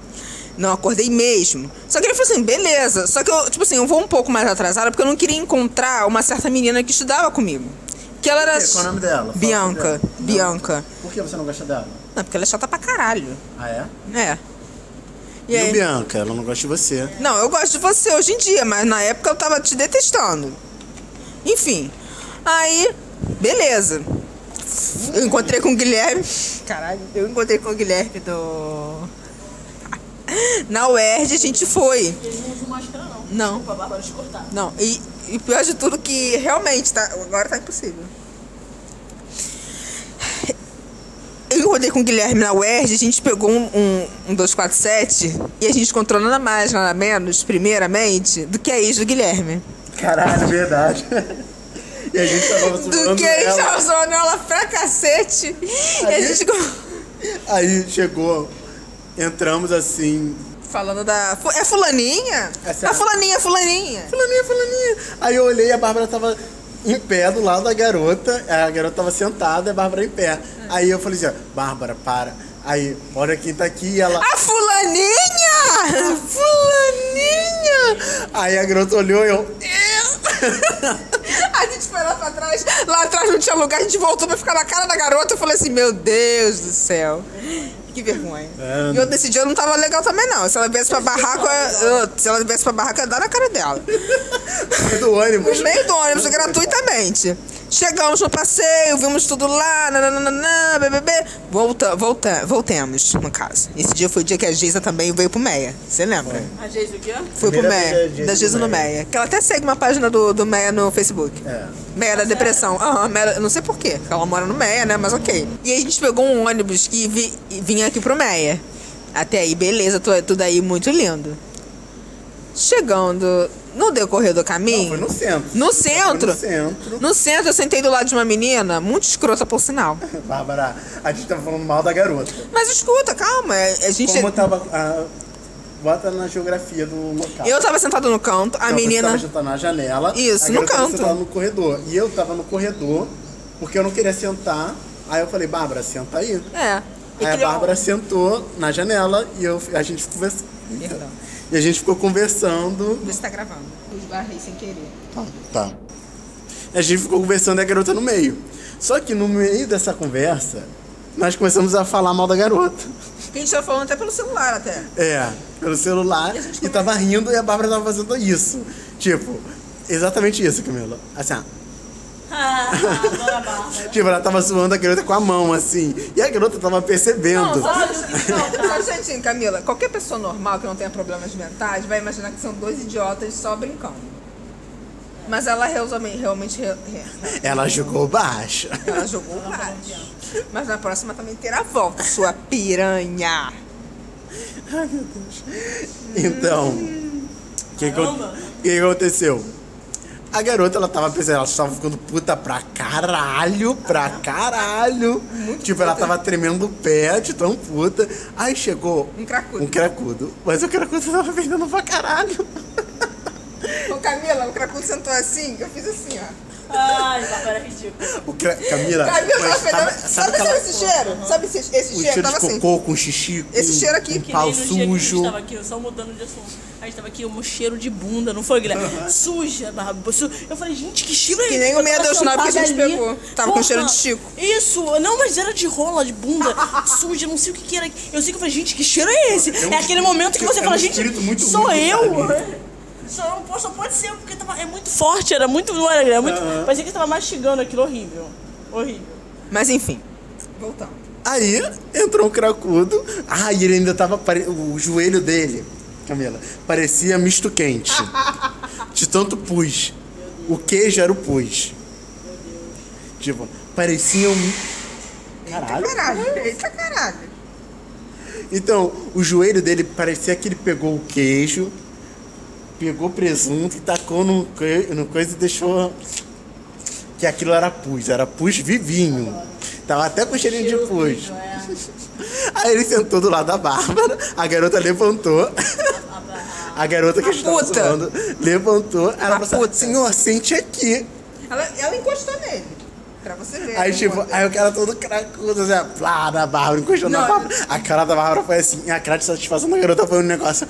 Speaker 2: Não acordei mesmo. Só que ele falou assim, beleza. Só que eu, tipo assim, eu vou um pouco mais atrasada porque eu não queria encontrar uma certa menina que estudava comigo. Que ela era.
Speaker 3: Por quê? Qual é o nome dela? Fala o nome
Speaker 2: Bianca.
Speaker 3: dela. Não.
Speaker 2: Bianca.
Speaker 3: Por que você não gosta dela?
Speaker 2: Não, porque ela é chata pra caralho.
Speaker 3: Ah, é?
Speaker 2: É.
Speaker 3: E, o Bianca, ela não gosta de você.
Speaker 2: Não, eu gosto de você hoje em dia, mas na época eu tava te detestando. Enfim. Aí, beleza. Eu encontrei com o Guilherme. Caralho, eu encontrei com o Guilherme do. Na UERJ a gente foi.
Speaker 1: Ele não usa máscara, não.
Speaker 2: Não.
Speaker 1: Desculpa, Bárbara, te cortar.
Speaker 2: Não, e, e pior de tudo que realmente tá, agora tá impossível. Eu encontrei com o Guilherme na UERJ, a gente pegou um, um, um 247 e a gente encontrou nada mais, nada menos, primeiramente, do que a ex do Guilherme.
Speaker 3: Caralho, verdade. e a gente tava Tá zoando
Speaker 2: Do que a gente
Speaker 3: ela.
Speaker 2: tava zoando ela pra cacete. E a
Speaker 3: Aí-
Speaker 2: gente ficou
Speaker 3: Aí chegou, entramos assim.
Speaker 2: falando da. fu- É fulaninha?
Speaker 3: Essa é
Speaker 2: a
Speaker 3: a-
Speaker 2: fulaninha, fulaninha.
Speaker 3: Fulaninha, fulaninha. Aí eu olhei, a Bárbara tava em pé do lado da garota. A garota tava sentada, a Bárbara em pé. Aí eu falei assim, ó, Bárbara, para. Aí, olha quem tá aqui e ela.
Speaker 2: A fulaninha! Fulaninha!
Speaker 3: Aí a garota olhou e eu.
Speaker 2: A gente foi lá pra trás, lá atrás não tinha lugar, a gente voltou pra ficar na cara da garota. Eu falei assim, meu Deus do céu. Que vergonha.
Speaker 3: É,
Speaker 2: e eu decidi, eu não tava legal também, não. Se ela viesse pra barraca, eu- se ela viesse pra barraca, eu ia dar na cara dela.
Speaker 3: Do ônibus.
Speaker 2: No meio do ônibus, gratuitamente. Chegamos no passeio, vimos tudo lá, nananana, bebê. Volta, volta, voltemos, no caso. Esse dia foi o dia que a Geisa também veio pro Meia. Você lembra?
Speaker 1: A Geisa o quê?
Speaker 2: Foi pro
Speaker 3: Primeira
Speaker 2: Meia.
Speaker 3: vez da
Speaker 2: Da Geisa no Meia. Que ela até segue uma página do, do Meia no Facebook.
Speaker 3: É.
Speaker 2: Meia da depressão. Aham, Meia, eu não sei porquê. Ela mora no Meia, né? Mas ok. E aí a gente pegou um ônibus e, vi- e vinha aqui pro Meia. Até aí, beleza, tu- tudo aí muito lindo. Chegando no decorrer do caminho.
Speaker 3: Não, foi no centro.
Speaker 2: No centro?
Speaker 3: Foi no centro.
Speaker 2: No centro, eu sentei do lado de uma menina, muito escrota por sinal.
Speaker 3: Bárbara, a gente tava falando mal da garota.
Speaker 2: Mas escuta, calma, é, a gente.
Speaker 3: Como eu tava. ah, bota na geografia do local.
Speaker 2: Eu tava sentado no canto, a
Speaker 3: Então, você
Speaker 2: menina.
Speaker 3: Tava sentada na janela.
Speaker 2: Isso,
Speaker 3: a
Speaker 2: no
Speaker 3: garota tava
Speaker 2: canto.
Speaker 3: sentada no corredor. E eu tava no corredor, porque eu não queria sentar. Aí eu falei, Bárbara, senta aí.
Speaker 2: É.
Speaker 3: aí a Bárbara sentou na janela e eu, a gente conversou.
Speaker 2: Perdão.
Speaker 3: E a gente ficou conversando.
Speaker 2: Você tá gravando. Esbarrei sem querer.
Speaker 3: Tá. A gente ficou conversando e a garota no meio. Só que no meio dessa conversa, nós começamos a falar mal da garota.
Speaker 2: Porque a gente tava falando até pelo celular até.
Speaker 3: É, pelo celular. E tava rindo e a Bárbara tava fazendo isso. Tipo, exatamente isso, Camila. Assim, ah,
Speaker 1: Ah, agora a Bárbara.
Speaker 3: Tipo, ela tava zoando a garota com a mão, assim. E a garota tava percebendo.
Speaker 2: Só um instantinho, Camila. Qualquer pessoa normal que não tenha problemas mentais vai imaginar que são dois idiotas só brincando. Mas ela realmente. realmente re- re-
Speaker 3: Ela jogou baixo.
Speaker 2: Ela jogou baixo. Mas na próxima também terá volta, sua piranha.
Speaker 3: Ai, meu Deus. Então, o que, que,
Speaker 1: Caramba.
Speaker 3: o que aconteceu? A garota, ela tava pensando, ela tava ficando puta pra caralho, pra caralho. tipo, ela tava tremendo o pé de tão puta. Aí chegou.
Speaker 2: Um cracudo.
Speaker 3: Um cracudo. Mas o cracudo tava vendendo pra caralho.
Speaker 2: Ô Camila, o cracudo sentou assim, eu fiz assim, ó.
Speaker 1: Ai, papai, era ridículo.
Speaker 3: O cra... Camila.
Speaker 2: Camila
Speaker 3: Tá, mas
Speaker 2: tava
Speaker 3: tava-
Speaker 2: fedendo. Sabe, sabe
Speaker 3: aquela-
Speaker 2: esse cheiro? Sabe esse, esse
Speaker 3: O
Speaker 2: cheiro?
Speaker 3: cheiro de
Speaker 2: Tava assim.
Speaker 3: cocô com xixi. Com,
Speaker 2: Esse cheiro aqui.
Speaker 3: Com
Speaker 1: Que nem
Speaker 3: pau
Speaker 1: no dia que a gente
Speaker 3: sujo.
Speaker 1: tava aqui, só mudando de assunto. A gente tava aqui, um cheiro de bunda, não foi, Guilherme? Suja, barba, su... Eu falei, gente, que cheiro é
Speaker 2: Que
Speaker 1: esse?
Speaker 2: nem o
Speaker 1: Eu tava
Speaker 2: 629 que a gente
Speaker 1: sentada ali.
Speaker 2: pegou. Tava com cheiro de Chico.
Speaker 1: Isso, não, mas era de rola, de bunda, suja, não sei o que que era. Eu sei que eu falei, gente, que cheiro é esse? É,
Speaker 3: um
Speaker 1: aquele momento que
Speaker 3: espírito-
Speaker 1: você
Speaker 3: é um
Speaker 1: fala, gente,
Speaker 3: espírito muito
Speaker 1: sou
Speaker 3: ruim,
Speaker 1: eu? É.
Speaker 3: sabe?
Speaker 1: Só, não pode- só pode ser, porque tava, é muito forte, era muito, não era, era muito,
Speaker 3: Aham.
Speaker 1: parecia que você tava mastigando aquilo, horrível, horrível.
Speaker 2: Mas enfim. Voltando.
Speaker 3: Aí entrou um cracudo. Ah, e ele ainda tava. pare- O joelho dele, Camila, parecia misto quente. De tanto pus. O queijo era o pus. Tipo, parecia um. Caralho.
Speaker 2: Caralho, eita caralho.
Speaker 3: Então, o joelho dele parecia que ele pegou o queijo, pegou o presunto e tacou no, que- no coisa e deixou. Que aquilo era pus, era pus vivinho. Tava até com cheirinho de pus. Aí ele sentou do lado da Bárbara, a garota levantou. A garota que a gente tava
Speaker 2: puta.
Speaker 3: zoando levantou. Ela falou
Speaker 2: puta.
Speaker 3: assim, senhor, sente aqui.
Speaker 2: Ela, ela encostou nele. Pra você ver.
Speaker 3: Aí,
Speaker 2: né,
Speaker 3: tipo,
Speaker 2: quando-
Speaker 3: aí o cara todo cracudo, assim, plá, na Bárbara, encostou na
Speaker 2: Não,
Speaker 3: Bárbara. A cara da Bárbara foi assim, a cara de satisfação da garota foi um negócio.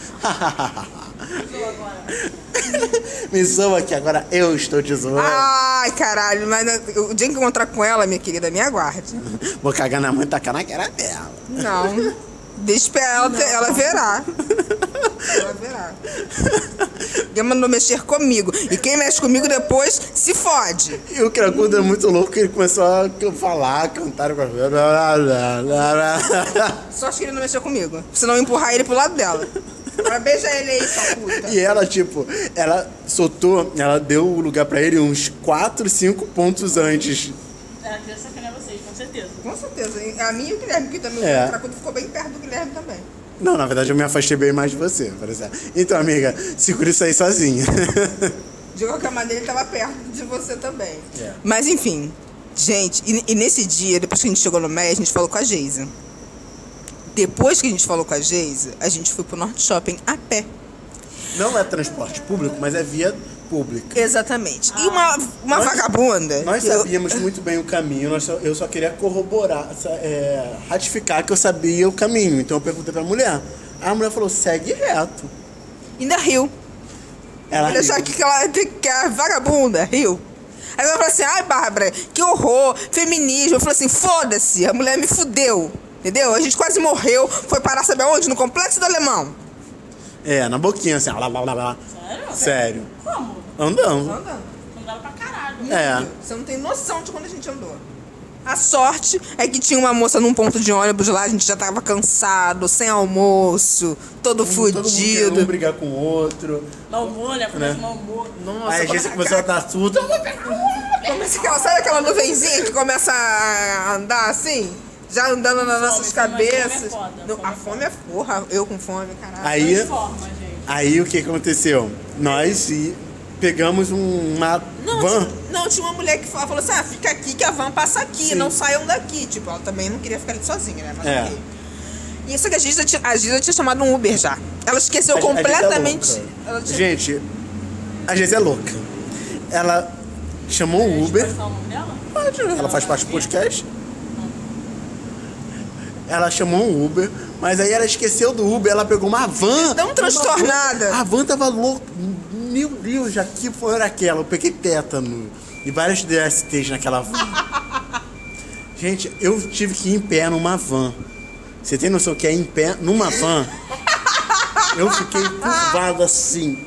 Speaker 3: Me zoa aqui, agora eu estou te zoando.
Speaker 2: Ah. Ai, caralho, mas né, o dia que encontrar com ela, minha querida, me aguarde.
Speaker 3: Vou cagar na mãe e tacar na cara dela.
Speaker 2: Não. Deixa pra ela, ter- ela verá. Ela verá. Ninguém mandou mexer comigo. E quem mexe comigo depois se fode.
Speaker 3: E o cracudo é muito louco, ele começou a c- falar, cantar. blá, blá, blá, blá, blá, blá.
Speaker 2: Só acho que ele não mexeu comigo. Se não empurrar ele pro lado dela. Agora beija ele aí, sua puta.
Speaker 3: E ela, tipo, ela soltou, ela deu o lugar pra ele uns 4, 5 pontos antes.
Speaker 1: Ela queria sacanear vocês, com certeza.
Speaker 2: Com certeza. hein? A minha e o Guilherme, que também
Speaker 3: É.
Speaker 2: o Cracudo ficou bem perto do Guilherme também.
Speaker 3: Não, na verdade eu me afastei bem mais de você, por exemplo. Então, amiga, segura isso aí sozinha.
Speaker 2: De qualquer maneira, ele tava perto de você também.
Speaker 3: É.
Speaker 2: Mas enfim, gente, e, e nesse dia, depois que a gente chegou no MEI, a gente falou com a Geisa. Depois que a gente falou com a Geisa, a gente foi pro Norte Shopping a pé.
Speaker 3: Não é transporte público, mas é via pública.
Speaker 2: Exatamente. E uma, uma
Speaker 3: Nós-
Speaker 2: vagabunda.
Speaker 3: Nós
Speaker 2: eu-
Speaker 3: sabíamos muito bem o caminho, nós só- eu só queria corroborar, sa- é, ratificar que eu sabia o caminho. Então eu perguntei pra mulher. A mulher falou, segue reto.
Speaker 2: Ainda riu.
Speaker 3: Ela
Speaker 2: Vou deixar
Speaker 3: Ah, riu.
Speaker 2: aqui que ela que a vagabunda riu. Aí ela falou assim, ai Bárbara, que horror, feminismo. Eu falei assim, foda-se, a mulher me fudeu. Entendeu? A gente quase morreu, foi parar sabe aonde? No Complexo do Alemão.
Speaker 3: É, na boquinha, assim, blá, blá, blá, blá.
Speaker 1: Sério?
Speaker 3: Sério.
Speaker 1: Como?
Speaker 3: Andando.
Speaker 2: Andando.
Speaker 1: Mandaram pra caralho.
Speaker 3: É.
Speaker 2: Você não tem noção de quando a gente andou. A sorte é que tinha uma moça num ponto de ônibus lá, a gente já tava cansado, sem almoço, todo
Speaker 3: Todo mundo querendo um
Speaker 2: fudido.
Speaker 3: brigar com o outro.
Speaker 1: Mau humor, né? Começa
Speaker 3: Né?
Speaker 1: mau humor.
Speaker 2: Nossa,
Speaker 3: aí a gente
Speaker 2: como-
Speaker 3: começou a dar tudo.
Speaker 2: Começa aquela, sabe aquela nuvenzinha que começa a andar assim? Já andando nas nossas
Speaker 1: fome, fome é
Speaker 2: cabeças.
Speaker 1: foda,
Speaker 2: Não,
Speaker 1: fome
Speaker 2: a
Speaker 1: é
Speaker 2: fome é porra, eu com fome, caralho.
Speaker 3: Aí.
Speaker 1: Forma, gente.
Speaker 3: Aí o que aconteceu? Nós e- pegamos um- uma
Speaker 2: Não,
Speaker 3: van.
Speaker 2: tinha- não, tinha uma mulher que fa- falou assim: ah, fica aqui que a van passa aqui, não saiam daqui. Tipo, ela também não queria ficar ali sozinha, né? Mas
Speaker 3: É.
Speaker 2: ok. E isso que a Giza, tinha, a Giza tinha chamado um Uber já. Ela esqueceu
Speaker 3: A- a gente é
Speaker 2: completamente.
Speaker 3: louca.
Speaker 2: ela tinha-
Speaker 3: Gente, a gente é louca. Ela chamou o Uber.
Speaker 1: Qual é o nome dela?
Speaker 3: Ela faz parte do podcast. Ela chamou um Uber, mas aí ela esqueceu do Uber, ela pegou uma van.
Speaker 2: Tão transtornada.
Speaker 3: Uma van- A van tava louca. Meu Deus, aqui foi aquela. Eu peguei tétano e vários DSTs naquela van. Gente, eu tive que ir em pé numa van. Você tem noção que é em pé numa van? Eu fiquei curvado assim.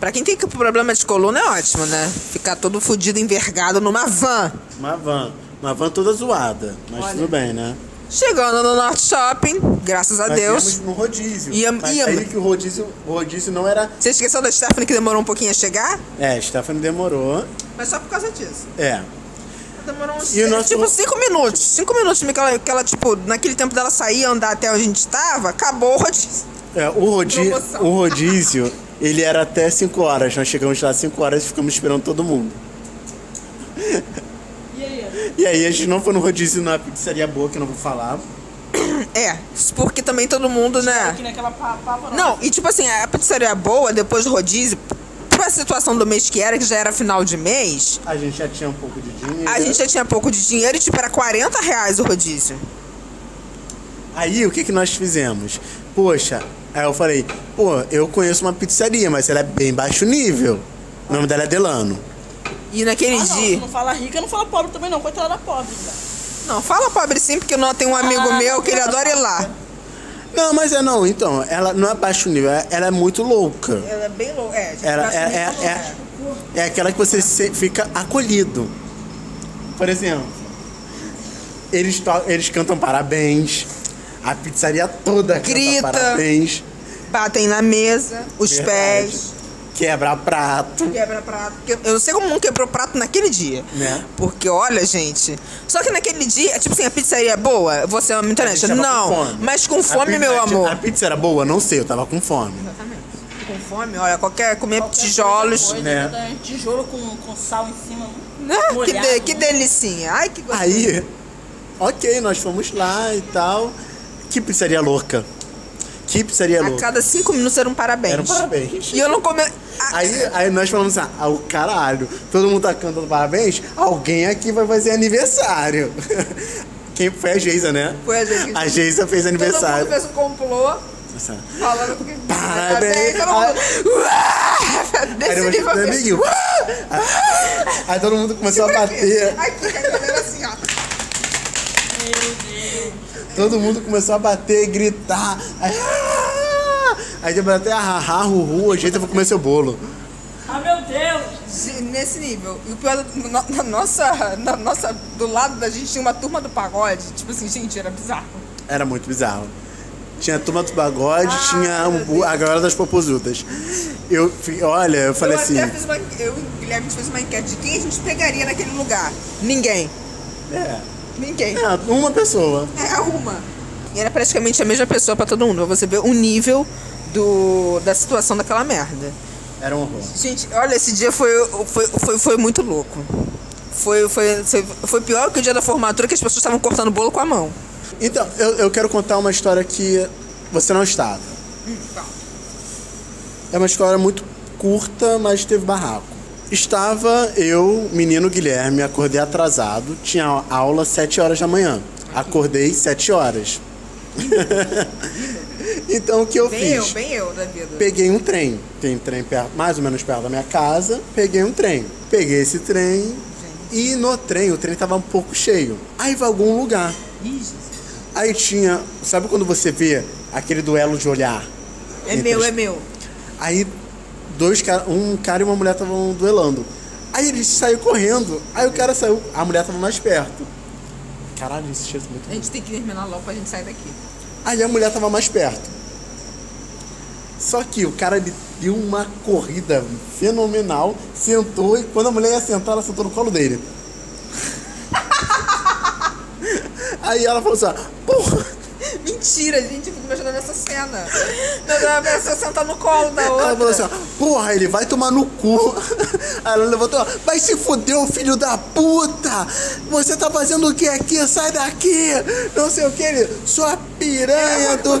Speaker 2: Pra quem tem que- problema de coluna é ótimo, né? Ficar todo fudido, envergado numa van.
Speaker 3: Uma van. Uma van toda zoada. Mas tudo bem, né?
Speaker 2: Chegando no Norte Shopping, graças a
Speaker 3: Nós
Speaker 2: Deus.
Speaker 3: íamos no rodízio.
Speaker 2: Ia-
Speaker 3: Mas
Speaker 2: ia-
Speaker 3: aí que o rodízio, o rodízio não era.
Speaker 2: Você esqueceu da Stephanie que demorou um pouquinho a chegar?
Speaker 3: É, Stephanie demorou.
Speaker 2: Mas só por causa disso.
Speaker 3: É.
Speaker 2: Demorou uns
Speaker 3: E o nosso-
Speaker 2: tipo cinco minutos. Cinco minutos que ela, que ela, tipo, naquele tempo dela sair e andar até onde a gente tava, acabou o rodízio.
Speaker 3: É, o, rodi
Speaker 2: Promoção.
Speaker 3: o rodízio Ele era até 5 horas. Nós chegamos lá 5 horas e ficamos esperando todo mundo.
Speaker 1: E aí?
Speaker 3: E aí a gente não foi no rodízio na pizzaria boa, que eu não vou falar.
Speaker 2: É, porque também todo mundo,
Speaker 3: Ah.
Speaker 2: né?
Speaker 1: Aqui É naquela Ah, papa
Speaker 2: Não, e tipo assim, a pizzaria boa, depois do rodízio, pra situação do mês que era, que já era final de mês,
Speaker 3: A gente já tinha um pouco de dinheiro.
Speaker 2: a gente já tinha pouco de dinheiro e tipo era 40 reais o rodízio.
Speaker 3: Aí o que, que nós fizemos? Poxa, aí eu falei, pô, eu conheço uma pizzaria, mas ela é bem baixo nível. O nome dela é Delano.
Speaker 2: E naquele
Speaker 1: Ah, não, tu
Speaker 2: dia.
Speaker 1: não fala rica, não fala pobre também não. Coitada da pobre, cara.
Speaker 2: Não, fala pobre sim, porque não tem um amigo
Speaker 1: Ah,
Speaker 2: meu que ele
Speaker 1: não.
Speaker 2: adora ir lá.
Speaker 3: Não, mas é não, então, ela não é baixo nível, é- ela é muito louca.
Speaker 2: Ela é bem louca. É,
Speaker 3: Ela é, é, é, é aquela que você se- fica acolhido. Por exemplo, eles, to- eles cantam parabéns, a pizzaria toda canta
Speaker 2: Grita.
Speaker 3: parabéns,
Speaker 2: Batem na mesa, os
Speaker 3: Verdade.
Speaker 2: pés,
Speaker 3: quebra prato.
Speaker 2: quebra prato. Porque Eu não sei como não quebrou prato naquele dia.
Speaker 3: Né?
Speaker 2: Porque olha, gente. Só que naquele dia, tipo assim, a pizzaria é boa, você é uma internet.
Speaker 3: Tava com
Speaker 2: Não,
Speaker 3: fome.
Speaker 2: mas com
Speaker 3: A
Speaker 2: fome,
Speaker 3: pi-
Speaker 2: meu
Speaker 3: a ti-
Speaker 2: amor.
Speaker 3: A pizza era boa? Não sei, eu tava com fome.
Speaker 2: Exatamente. Com fome, olha, qualquer
Speaker 3: É
Speaker 2: comer tijolos.
Speaker 1: Coisa,
Speaker 3: Né?
Speaker 1: né? Tijolo com, com sal em cima.
Speaker 2: Ah, que,
Speaker 1: molhado.
Speaker 2: de, que delicinha. Ai, que gostoso.
Speaker 3: Aí, ok, nós fomos lá e tal. Que pizzaria louca. Que pizzaria
Speaker 2: A
Speaker 3: louca.
Speaker 2: cada cinco minutos era um parabéns.
Speaker 3: Era um parabéns.
Speaker 2: E eu não come. Ah,
Speaker 3: Aí, aí nós falamos assim, ah, o caralho, todo mundo tá cantando parabéns, alguém aqui vai fazer aniversário. Quem foi a Geisa, né?
Speaker 2: Foi a Geisa que-
Speaker 3: A Geisa fez
Speaker 2: Todo
Speaker 3: aniversário.
Speaker 2: mundo fez um complô
Speaker 3: Nossa.
Speaker 2: falando que.
Speaker 3: Parabéns.
Speaker 2: Todo mundo. Uá!
Speaker 3: Aí
Speaker 2: Desse
Speaker 3: depois,
Speaker 2: nível mesmo.
Speaker 3: "Amiguinho, ah!" aí todo mundo começou a bater.
Speaker 2: Aqui, a galera assim, ó.
Speaker 3: Todo mundo começou a bater, gritar. Aí, ah! aí depois até arrahar, ruhu, a gente foi comer seu bolo.
Speaker 1: Ah, meu Deus!
Speaker 2: Ge- Nesse nível. E o pior, na, na nossa, na nossa. Do lado da gente tinha uma turma do pagode. Tipo assim, gente, era bizarro.
Speaker 3: Era muito bizarro. Tinha a turma do bagode, tinha
Speaker 2: Ah, meu
Speaker 3: o- a galera das popozudas. Eu, fi- olha, eu falei
Speaker 2: eu
Speaker 3: assim,
Speaker 2: até fiz uma. Eu e o Guilherme a gente fez uma enquete de quem a gente pegaria naquele lugar. Ninguém.
Speaker 3: é,
Speaker 2: Ninguém.
Speaker 3: é, uma pessoa.
Speaker 2: É uma. E era praticamente a mesma pessoa pra todo mundo. Pra você ver o nível do, da situação daquela merda.
Speaker 3: Era um horror.
Speaker 2: Gente, olha, esse dia foi, foi, foi, foi muito louco. Foi, foi, foi pior que o dia da formatura, que as pessoas estavam cortando bolo com a mão.
Speaker 3: Então, eu, eu quero contar uma história que você não estava. É uma história muito curta, mas teve barraco. Estava eu, menino Guilherme, acordei atrasado, tinha aula às 7 horas da manhã. Acordei 7 horas. então o que eu
Speaker 2: Bem
Speaker 3: fiz?
Speaker 2: eu, bem eu da vida.
Speaker 3: Peguei um trem. Tem um trem perto, mais ou menos perto da minha casa. Peguei um trem. Peguei esse trem. E no trem, o trem tava um pouco cheio. Aí vai algum lugar. Aí tinha. Sabe quando você vê aquele duelo de olhar?
Speaker 2: É
Speaker 3: Entre
Speaker 2: meu,
Speaker 3: os-
Speaker 2: é meu.
Speaker 3: Aí dois cara, um cara e uma mulher estavam duelando. Aí ele saiu correndo. Aí o cara saiu, a mulher tava mais perto. Caralho, esse cheiro tá muito.
Speaker 2: A gente tem que terminar logo pra gente sair daqui.
Speaker 3: Aí a mulher tava mais perto. Só que o cara ele deu uma corrida fenomenal, sentou e quando a mulher ia sentar, ela sentou no colo dele. Aí ela falou assim: ó, porra,
Speaker 2: Mentira, gente, eu fico imaginando essa cena. Não, não, a pessoa sentar no colo da outra.
Speaker 3: Ela falou assim, ó, porra, ele vai tomar no cu. Aí ela levantou, ó, vai se fuder, filho da puta! Você tá fazendo o que aqui? Sai daqui! Não sei o que, ele, sua piranha do
Speaker 2: Era vagão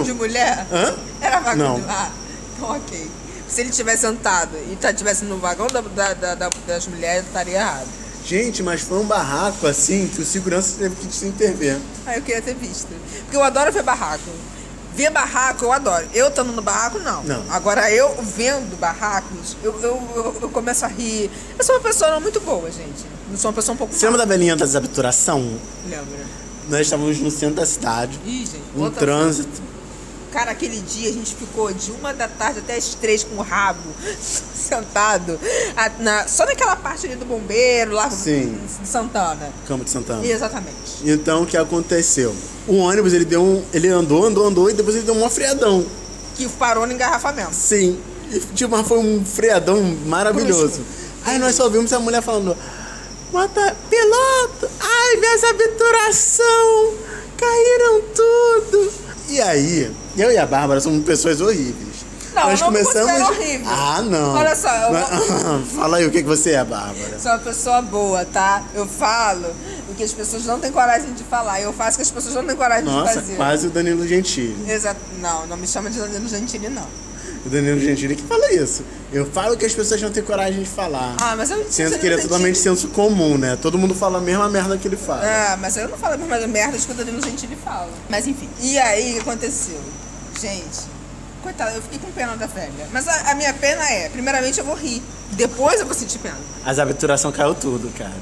Speaker 2: de
Speaker 3: caralho!
Speaker 2: mulher?
Speaker 3: Hã?
Speaker 2: Era vagão
Speaker 3: Não.
Speaker 2: de Ah, então ok. Se ele tivesse sentado e tá- tivesse no vagão da- da- da- da- das mulheres, estaria errado.
Speaker 3: Gente, mas foi um barraco assim que o segurança teve que se intervir.
Speaker 2: Ah, eu queria ter visto. Porque eu adoro ver barraco. Ver barraco, eu adoro. Eu estando no barraco, não.
Speaker 3: Não.
Speaker 2: Agora, eu vendo barracos, eu, eu, eu, eu começo a rir. Eu sou uma pessoa não muito boa, gente. Eu sou uma pessoa um pouco...
Speaker 3: Você lembra da velhinha da desabituração?
Speaker 2: Lembra?
Speaker 3: Nós estávamos no centro da cidade,
Speaker 2: Ih, gente.
Speaker 3: um
Speaker 2: outra-
Speaker 3: trânsito.
Speaker 2: Cara, aquele dia a gente ficou de uma da tarde até as três com o rabo sentado. a- na- só naquela parte ali do bombeiro, lá
Speaker 3: Sim.
Speaker 2: em Santana.
Speaker 3: Campo de Santana.
Speaker 2: Exatamente.
Speaker 3: Então o que aconteceu? O ônibus ele deu um. Ele andou, andou, andou e depois ele deu um friadão.
Speaker 2: Que parou no engarrafamento.
Speaker 3: Sim, e, tipo, mas foi um freadão maravilhoso.
Speaker 2: Brusco.
Speaker 3: Aí nós só vimos a mulher falando: Mata, piloto! Ai, minhas abituração! Caíram tudo! E aí, eu e a Bárbara somos pessoas horríveis.
Speaker 2: Não,
Speaker 3: Nós
Speaker 2: eu não me
Speaker 3: começamos.
Speaker 2: considero horrível.
Speaker 3: Ah, não.
Speaker 2: Olha só, eu
Speaker 3: Mas- ah, Fala aí o que, que você é, Bárbara.
Speaker 2: Sou uma pessoa boa, tá? Eu falo o que as pessoas não têm coragem de falar. Eu faço o que as pessoas não têm coragem de
Speaker 3: Nossa,
Speaker 2: fazer.
Speaker 3: quase o Danilo Gentili.
Speaker 2: Exato. Não, não me chama de Danilo Gentili, não.
Speaker 3: O Danilo Gentili que fala isso. Eu falo que as pessoas não têm coragem de falar.
Speaker 2: Ah, mas eu não
Speaker 3: Sendo que ele é totalmente senso comum, né? Todo mundo fala a mesma merda que ele fala.
Speaker 2: Ah, mas eu não falo a mesma merda que o Danilo Gentili fala. Mas enfim. E aí, o que aconteceu? Gente, coitada, eu fiquei com pena da velha. Mas a, a minha pena é, primeiramente eu vou rir. Depois eu vou sentir pena.
Speaker 3: As obturação caiu tudo, cara.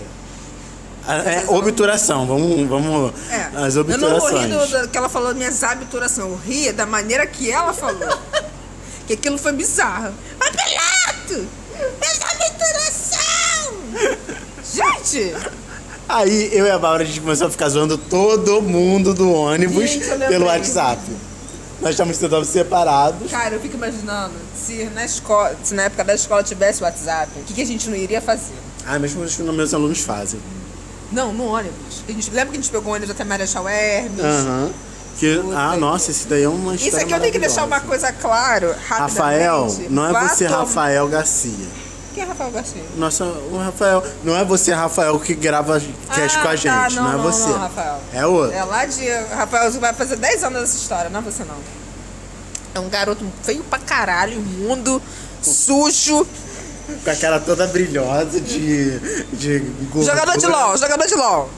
Speaker 3: A- É obturação, vamos. vamos
Speaker 2: É.
Speaker 3: As
Speaker 2: eu não vou rir
Speaker 3: obturações.
Speaker 2: do, do que ela falou das minhas abiturações. Eu ria da maneira que ela falou. que aquilo foi bizarro. Apelato! Mas abituração! Gente!
Speaker 3: Aí eu e a Bárbara a gente começou a ficar zoando todo mundo do ônibus
Speaker 2: Gente, eu lembrei.
Speaker 3: pelo WhatsApp. Nós estamos tentando separados.
Speaker 2: Cara, eu fico imaginando se na escola, se na época da escola tivesse WhatsApp, o que, que a gente não iria fazer?
Speaker 3: Ah, mesmo os meus alunos fazem.
Speaker 2: Não, no ônibus. A gente, lembra que a gente pegou o ônibus até Marechal Hermes?
Speaker 3: Aham. Que,
Speaker 2: Puta
Speaker 3: ah,
Speaker 2: que-
Speaker 3: nossa, esse daí é uma história
Speaker 2: Isso aqui eu tenho que deixar uma
Speaker 3: maravilhosa.
Speaker 2: coisa claro, rapidamente.
Speaker 3: Rafael, não é
Speaker 2: Vá
Speaker 3: você,
Speaker 2: tomar-
Speaker 3: Rafael Garcia.
Speaker 2: Quem é Rafael Garcia?
Speaker 3: Nossa, o Rafael. Não é você, Rafael, que grava cast
Speaker 2: Ah,
Speaker 3: com a
Speaker 2: tá,
Speaker 3: gente.
Speaker 2: não,
Speaker 3: é
Speaker 2: não,
Speaker 3: você.
Speaker 2: não, Rafael.
Speaker 3: É outro.
Speaker 2: É lá de. Rafael vai fazer 10 anos dessa história, não é você não. É um garoto feio pra caralho, imundo, sujo.
Speaker 3: Com a cara toda brilhosa de. de gordura.
Speaker 2: Jogador de
Speaker 3: é?
Speaker 2: LOL, jogador de LOL.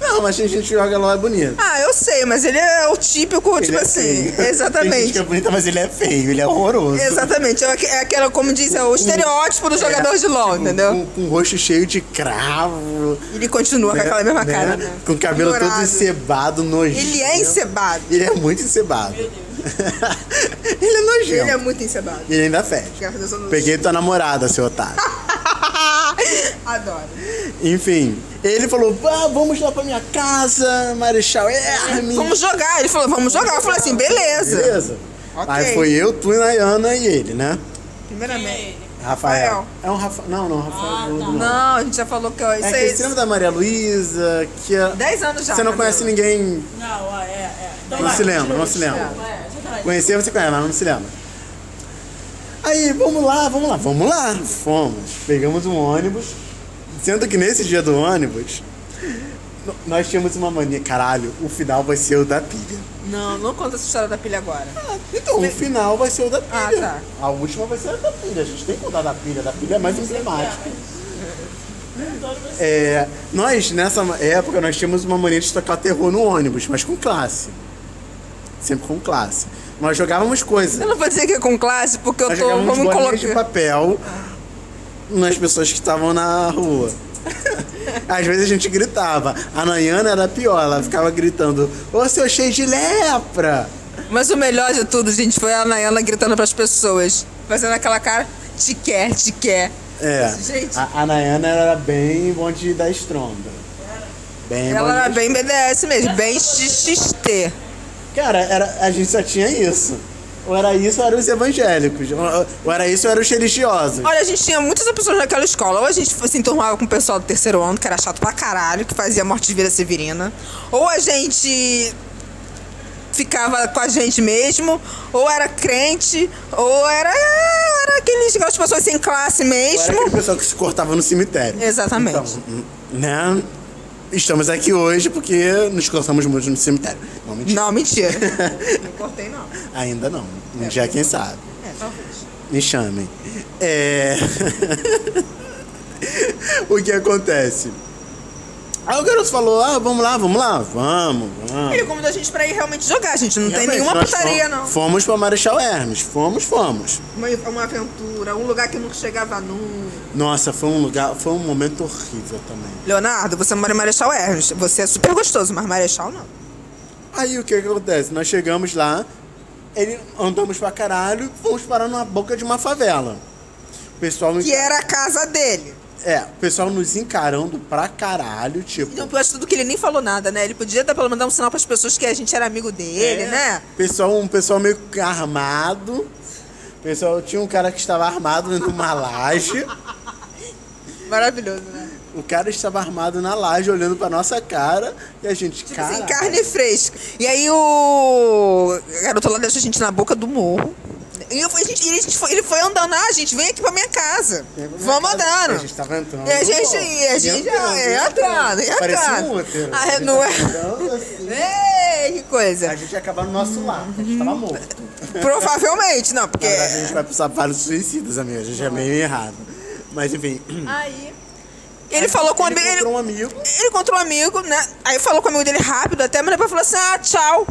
Speaker 3: Não, mas tem gente que joga LOL é bonito.
Speaker 2: Ah, eu sei, mas ele é o típico, tipo
Speaker 3: Ele é
Speaker 2: assim.
Speaker 3: feio. Tem gente que
Speaker 2: Exatamente.
Speaker 3: é bonita, mas ele é feio, ele é horroroso.
Speaker 2: Exatamente. É aque- É aquela, como diz, é o estereótipo do jogador de LOL,
Speaker 3: Com-
Speaker 2: entendeu?
Speaker 3: É, tipo, Com, com o rosto cheio de cravo.
Speaker 2: Ele continua com aquela mesma
Speaker 3: né?
Speaker 2: cara. né?
Speaker 3: Com o cabelo todo
Speaker 2: Dourado.
Speaker 3: encebado, nojento.
Speaker 2: Ele é encebado.
Speaker 3: Ele é muito encebado. ele é nojento.
Speaker 2: Ele é muito encebado.
Speaker 3: Ele ainda fede.
Speaker 2: Graças a Deus, eu não-
Speaker 3: Peguei tua namorada, seu otário.
Speaker 2: Adoro.
Speaker 3: Enfim, ele falou: ah, vamos lá pra minha casa, Marechal Hermes.
Speaker 2: Vamos jogar. Ele falou, vamos jogar. Eu falei assim, beleza.
Speaker 3: Beleza.
Speaker 2: Ok.
Speaker 3: Aí foi eu, tu, Nayana e ele, né?
Speaker 2: Primeiramente.
Speaker 3: Rafael.
Speaker 2: Rafael.
Speaker 3: É um Rafael. Não, não, Rafael.
Speaker 1: Ah,
Speaker 3: Gordo,
Speaker 1: tá.
Speaker 3: não.
Speaker 2: Não, a gente já falou que ó,
Speaker 3: É
Speaker 2: isso
Speaker 3: que
Speaker 2: aí.
Speaker 3: você lembra da Maria Luísa, que é...
Speaker 2: 10 anos já. né?
Speaker 3: Você não
Speaker 2: Camila.
Speaker 3: conhece ninguém.
Speaker 1: Não, ah, é, é. Então
Speaker 3: Não
Speaker 1: vai,
Speaker 3: se lembra,
Speaker 1: continua,
Speaker 3: não se lembra.
Speaker 1: continua, é, exatamente.
Speaker 3: Conhecer você conhece, mas não se lembra. Aí, vamos lá, vamos lá, vamos lá. Fomos. Pegamos um ônibus. Sendo que nesse dia do ônibus, no- nós tínhamos uma mania. Caralho, o final vai ser o da pilha.
Speaker 2: Não, não conta essa história da pilha agora.
Speaker 3: Então, o final vai ser o da
Speaker 2: Ah,
Speaker 3: pilha.
Speaker 2: tá.
Speaker 3: A última vai ser a da pilha. A gente tem que mudar da pilha. Da pilha é mais emblemática. É, nós, nessa época, nós tínhamos uma mania de tocar terror no ônibus, mas com classe. Sempre com classe. Nós jogávamos coisas.
Speaker 2: Eu não vou dizer que é com classe, porque eu
Speaker 3: Nós
Speaker 2: tô.
Speaker 3: jogávamos
Speaker 2: Vamos
Speaker 3: bolinhas de
Speaker 2: colocar.
Speaker 3: papel nas pessoas que estavam na rua. Às vezes a gente gritava. A Nayana era pior, ela ficava gritando: Ô seu cheio de lepra!
Speaker 2: Mas o melhor de tudo, gente, foi a Nayana gritando pras pessoas. Fazendo aquela cara, te quer, te quer.
Speaker 3: É.
Speaker 2: Gente.
Speaker 3: A, a Nayana era bem bonde da estronda. Bem
Speaker 2: Ela
Speaker 3: bonde
Speaker 2: era
Speaker 3: da-
Speaker 2: bem BDS mesmo, bem XXT.
Speaker 3: Cara, era, a gente só tinha isso. Ou era isso ou era os evangélicos. Ou, ou era isso ou era os religiosos.
Speaker 2: Olha, a gente tinha muitas opções naquela escola. Ou a gente se enturmava com o pessoal do terceiro ano, que era chato pra caralho, que fazia morte de vida severina. Ou a gente ficava com a gente mesmo, ou era crente, ou era, era aqueles aquelas pessoas sem classe
Speaker 3: Ou era
Speaker 2: mesmo.
Speaker 3: aquele pessoal que se cortava no cemitério.
Speaker 2: Exatamente.
Speaker 3: Então, né? Estamos aqui hoje porque nos cortamos muito no cemitério. Não, mentira.
Speaker 2: Não, mentira. não cortei, não.
Speaker 3: Ainda não. Um dia, quem sabe.
Speaker 2: É, talvez.
Speaker 3: Me chamem. É. o que acontece? Aí o garoto falou: ah, vamos lá, vamos lá, vamos, vamos.
Speaker 2: Ele convidou a gente pra ir realmente jogar, gente. Não tem
Speaker 3: Realmente,
Speaker 2: nenhuma
Speaker 3: nós
Speaker 2: putaria,
Speaker 3: fomos-
Speaker 2: não.
Speaker 3: Fomos pra Marechal Hermes, fomos, fomos.
Speaker 2: Uma, uma aventura, um lugar que nunca chegava nunca.
Speaker 3: Nossa, foi um lugar, foi um momento horrível também.
Speaker 2: Leonardo, você mora em Marechal Hermes. Você é super gostoso, mas Marechal não.
Speaker 3: Aí o que que acontece? Nós chegamos lá, ele, andamos pra caralho, fomos parar na boca de uma favela. O pessoal nos,
Speaker 2: Que era a casa dele.
Speaker 3: é, o pessoal nos encarando pra caralho, tipo.
Speaker 2: Então, eu acho tudo que ele nem falou nada, né? Ele podia dar pelo menos dar um sinal pras pessoas que a gente era amigo dele,
Speaker 3: É.
Speaker 2: né?
Speaker 3: Pessoal, um pessoal meio que armado. Pessoal, tinha um cara que estava armado dentro de uma laje.
Speaker 2: Maravilhoso, né?
Speaker 3: O cara estava armado na laje, olhando pra nossa cara. E a gente,
Speaker 2: Tipo
Speaker 3: cara.
Speaker 2: assim, carne fresca. E aí o garoto lá deixou a gente na boca do morro. E eu fui- a gente- e a gente foi- ele foi andando, ah, gente, vem aqui pra minha casa. Vamos andando.
Speaker 3: é A gente tava entrando.
Speaker 2: E a gente, e a gente
Speaker 3: Entrando,
Speaker 2: é, entrando, é, entrando.
Speaker 3: Parecia um útero.
Speaker 2: Ah,
Speaker 3: A
Speaker 2: é,
Speaker 3: gente
Speaker 2: não é?
Speaker 3: tava entrando assim.
Speaker 2: Ei, que
Speaker 3: A
Speaker 2: coisa.
Speaker 3: gente ia acabar no nosso lar, a gente tava morto.
Speaker 2: Provavelmente, não, porque...
Speaker 3: Agora a gente vai precisar para os suicidas, amiga, a gente é meio errado. Mas enfim,
Speaker 2: Aí... Ele falou com o
Speaker 3: ele
Speaker 2: amigo, ele,
Speaker 3: encontrou um amigo.
Speaker 2: ele encontrou um amigo, né? Aí falou com o amigo dele rápido, até mas depois falou assim, ah, tchau.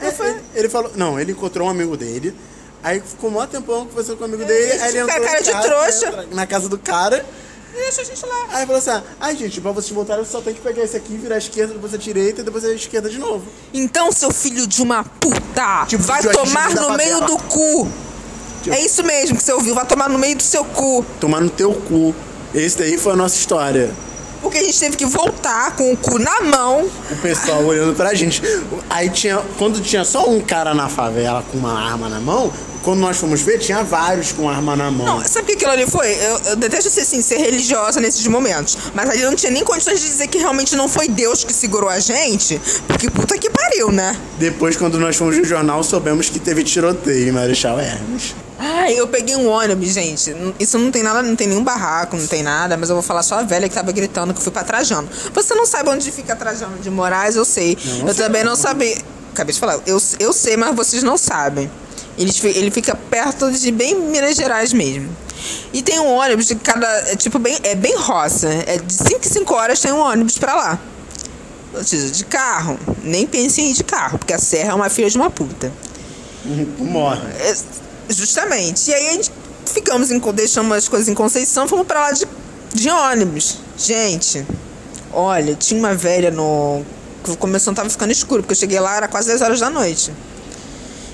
Speaker 3: É, ele- Ele falou. Não, ele encontrou um amigo dele. Aí ficou mó tempão conversando com o amigo dele.
Speaker 2: ele
Speaker 3: aí ele
Speaker 2: fica
Speaker 3: entrou
Speaker 2: com a cara
Speaker 3: em
Speaker 2: de
Speaker 3: casa,
Speaker 2: trouxa.
Speaker 3: né, na casa do cara.
Speaker 2: E deixou a gente lá.
Speaker 3: Aí falou assim: ai gente, pra vocês voltarem, você só tem que pegar esse aqui, virar à esquerda, depois à direita e depois à esquerda de novo.
Speaker 2: Então, seu filho de uma puta,
Speaker 3: Tipo,
Speaker 2: vai
Speaker 3: Jorginho
Speaker 2: tomar
Speaker 3: da
Speaker 2: no
Speaker 3: favela.
Speaker 2: meio do cu.
Speaker 3: Tipo.
Speaker 2: É isso mesmo que você ouviu, vai tomar no meio do seu cu.
Speaker 3: Tomar no teu cu. Esse daí foi a nossa história.
Speaker 2: Porque a gente teve que voltar com o cu na mão.
Speaker 3: O pessoal olhando pra gente. Aí tinha. Quando tinha só um cara na favela com uma arma na mão, quando nós fomos ver, tinha vários com arma na mão.
Speaker 2: Não, sabe o que aquilo ali foi? Eu, eu detesto ser, assim, ser religiosa nesses momentos. Mas ali eu não tinha nem condições de dizer que realmente não foi Deus que segurou a gente. Porque puta que pariu, né?
Speaker 3: Depois, quando nós fomos no jornal, soubemos que teve tiroteio em Marechal Hermes.
Speaker 2: Ai, eu peguei um ônibus, gente. Isso não tem nada, não tem nenhum barraco, não tem nada, mas eu vou falar só a velha que tava gritando que eu fui pra Trajano. Você não sabe onde fica Trajano de Moraes, eu sei.
Speaker 3: não
Speaker 2: eu
Speaker 3: sei.
Speaker 2: também não sabia. Acabei de falar, eu, eu sei, mas vocês não sabem. Ele, ele fica perto de bem Minas Gerais mesmo. E tem um ônibus de cada. É tipo bem. É bem roça. É de 5 em 5 horas tem um ônibus pra lá. Ou seja, de carro. Nem pense em ir de carro, porque a serra é uma filha de uma puta.
Speaker 3: Morre.
Speaker 2: É, Justamente. E aí a gente ficamos, em, deixamos as coisas em Conceição, fomos pra lá de, de ônibus. Gente, olha, tinha uma velha no. Começou, tava ficando escuro, porque eu cheguei lá, era quase 10 horas da noite.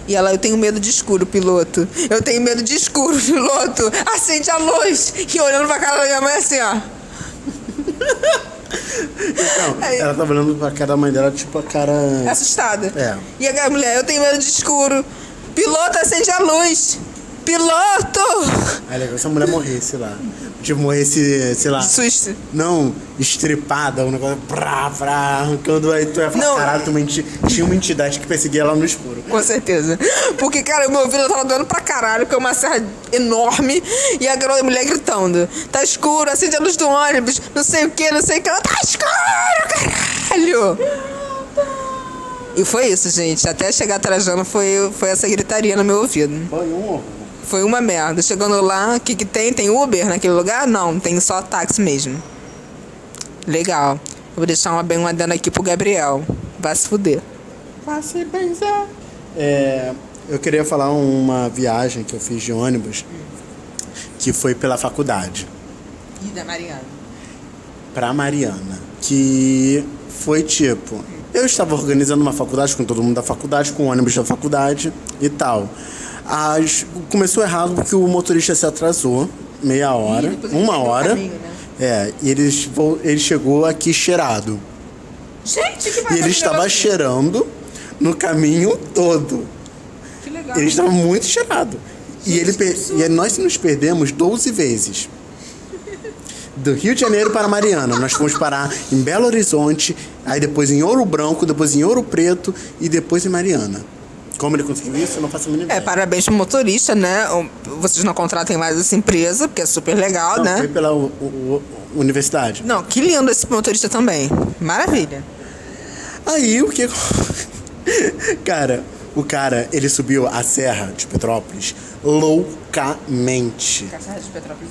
Speaker 2: E ela, eu tenho medo de escuro, piloto. Eu tenho medo de escuro, piloto. Acende a luz. E olhando pra cara da minha mãe assim, ó.
Speaker 3: Não, ela tava olhando pra cara da mãe dela, tipo a cara.
Speaker 2: assustada.
Speaker 3: É.
Speaker 2: E a mulher, eu tenho medo de escuro. Piloto, acende a luz. Piloto!
Speaker 3: É legal se a mulher morresse lá. Tipo, morresse, sei lá.
Speaker 2: Susto.
Speaker 3: Não, estripada, um negócio. Prá, prá, arrancando. Aí tu ia falar,
Speaker 2: Não.
Speaker 3: caralho, tu menti- tinha uma entidade que perseguia ela no escuro.
Speaker 2: Com certeza. Porque, cara, o meu ouvido tava doendo pra caralho, porque é uma serra enorme e a gro- mulher gritando: tá escuro, acende a luz do ônibus, não sei o que, não sei o que, tá escuro, caralho! E foi isso, gente. Até chegar trajando foi, foi essa gritaria no meu ouvido.
Speaker 3: Foi um horror.
Speaker 2: Foi uma merda. Chegando lá, o que, que tem? Tem Uber naquele lugar? Não, tem só táxi mesmo. Legal. Eu vou deixar uma bem uma dando aqui pro Gabriel. Vai se fuder.
Speaker 3: Passe benzer. É, eu queria falar uma viagem que eu fiz de ônibus, que foi pela faculdade.
Speaker 2: E da Mariana?
Speaker 3: pra Mariana, que foi tipo, eu estava organizando uma faculdade com todo mundo da faculdade, com o ônibus da faculdade e tal. As- começou errado porque o motorista se atrasou meia hora,
Speaker 2: depois ele
Speaker 3: uma
Speaker 2: perdeu o
Speaker 3: hora.
Speaker 2: caminho, né?
Speaker 3: É, e ele, vo- ele chegou aqui cheirado.
Speaker 2: Gente, que
Speaker 3: E ele estava cheirando no caminho todo.
Speaker 2: Que legal.
Speaker 3: Ele estava muito cheirado. E, ele per- e nós nos perdemos 12 vezes. Do Rio de Janeiro para Mariana. Nós fomos parar em Belo Horizonte, aí depois em Ouro Branco, depois em Ouro Preto e depois em Mariana. Como ele conseguiu isso, eu não faço a mínima
Speaker 2: É,
Speaker 3: ideia.
Speaker 2: parabéns pro motorista, né? Um, Vocês não contratem mais essa empresa, porque é super legal,
Speaker 3: não, Foi
Speaker 2: né?
Speaker 3: pela u- u- u- universidade.
Speaker 2: Não, que lindo esse motorista também. Maravilha.
Speaker 3: Aí o que. cara, o cara, ele subiu a serra de Petrópolis loucamente.
Speaker 2: Cachorro de Petrópolis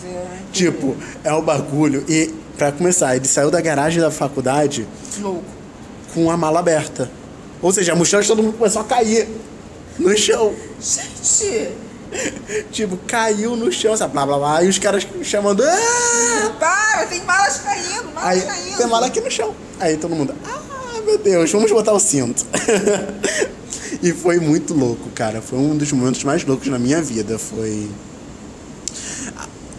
Speaker 3: Tipo, é o bagulho. E, pra começar, ele saiu da garagem da faculdade
Speaker 2: louco.
Speaker 3: com a mala aberta. Ou seja, a mochila de todo mundo começou a cair no chão.
Speaker 2: Gente,
Speaker 3: Tipo, caiu no chão, sabe? Blá blá blá. E os caras chamando. "Ah!"
Speaker 2: para, tem malas caindo,
Speaker 3: Aí, tem mala aqui no chão. Aí todo mundo. Ah, meu Deus, vamos botar o cinto. e foi muito louco, cara. Foi um dos momentos mais loucos na minha vida. Foi.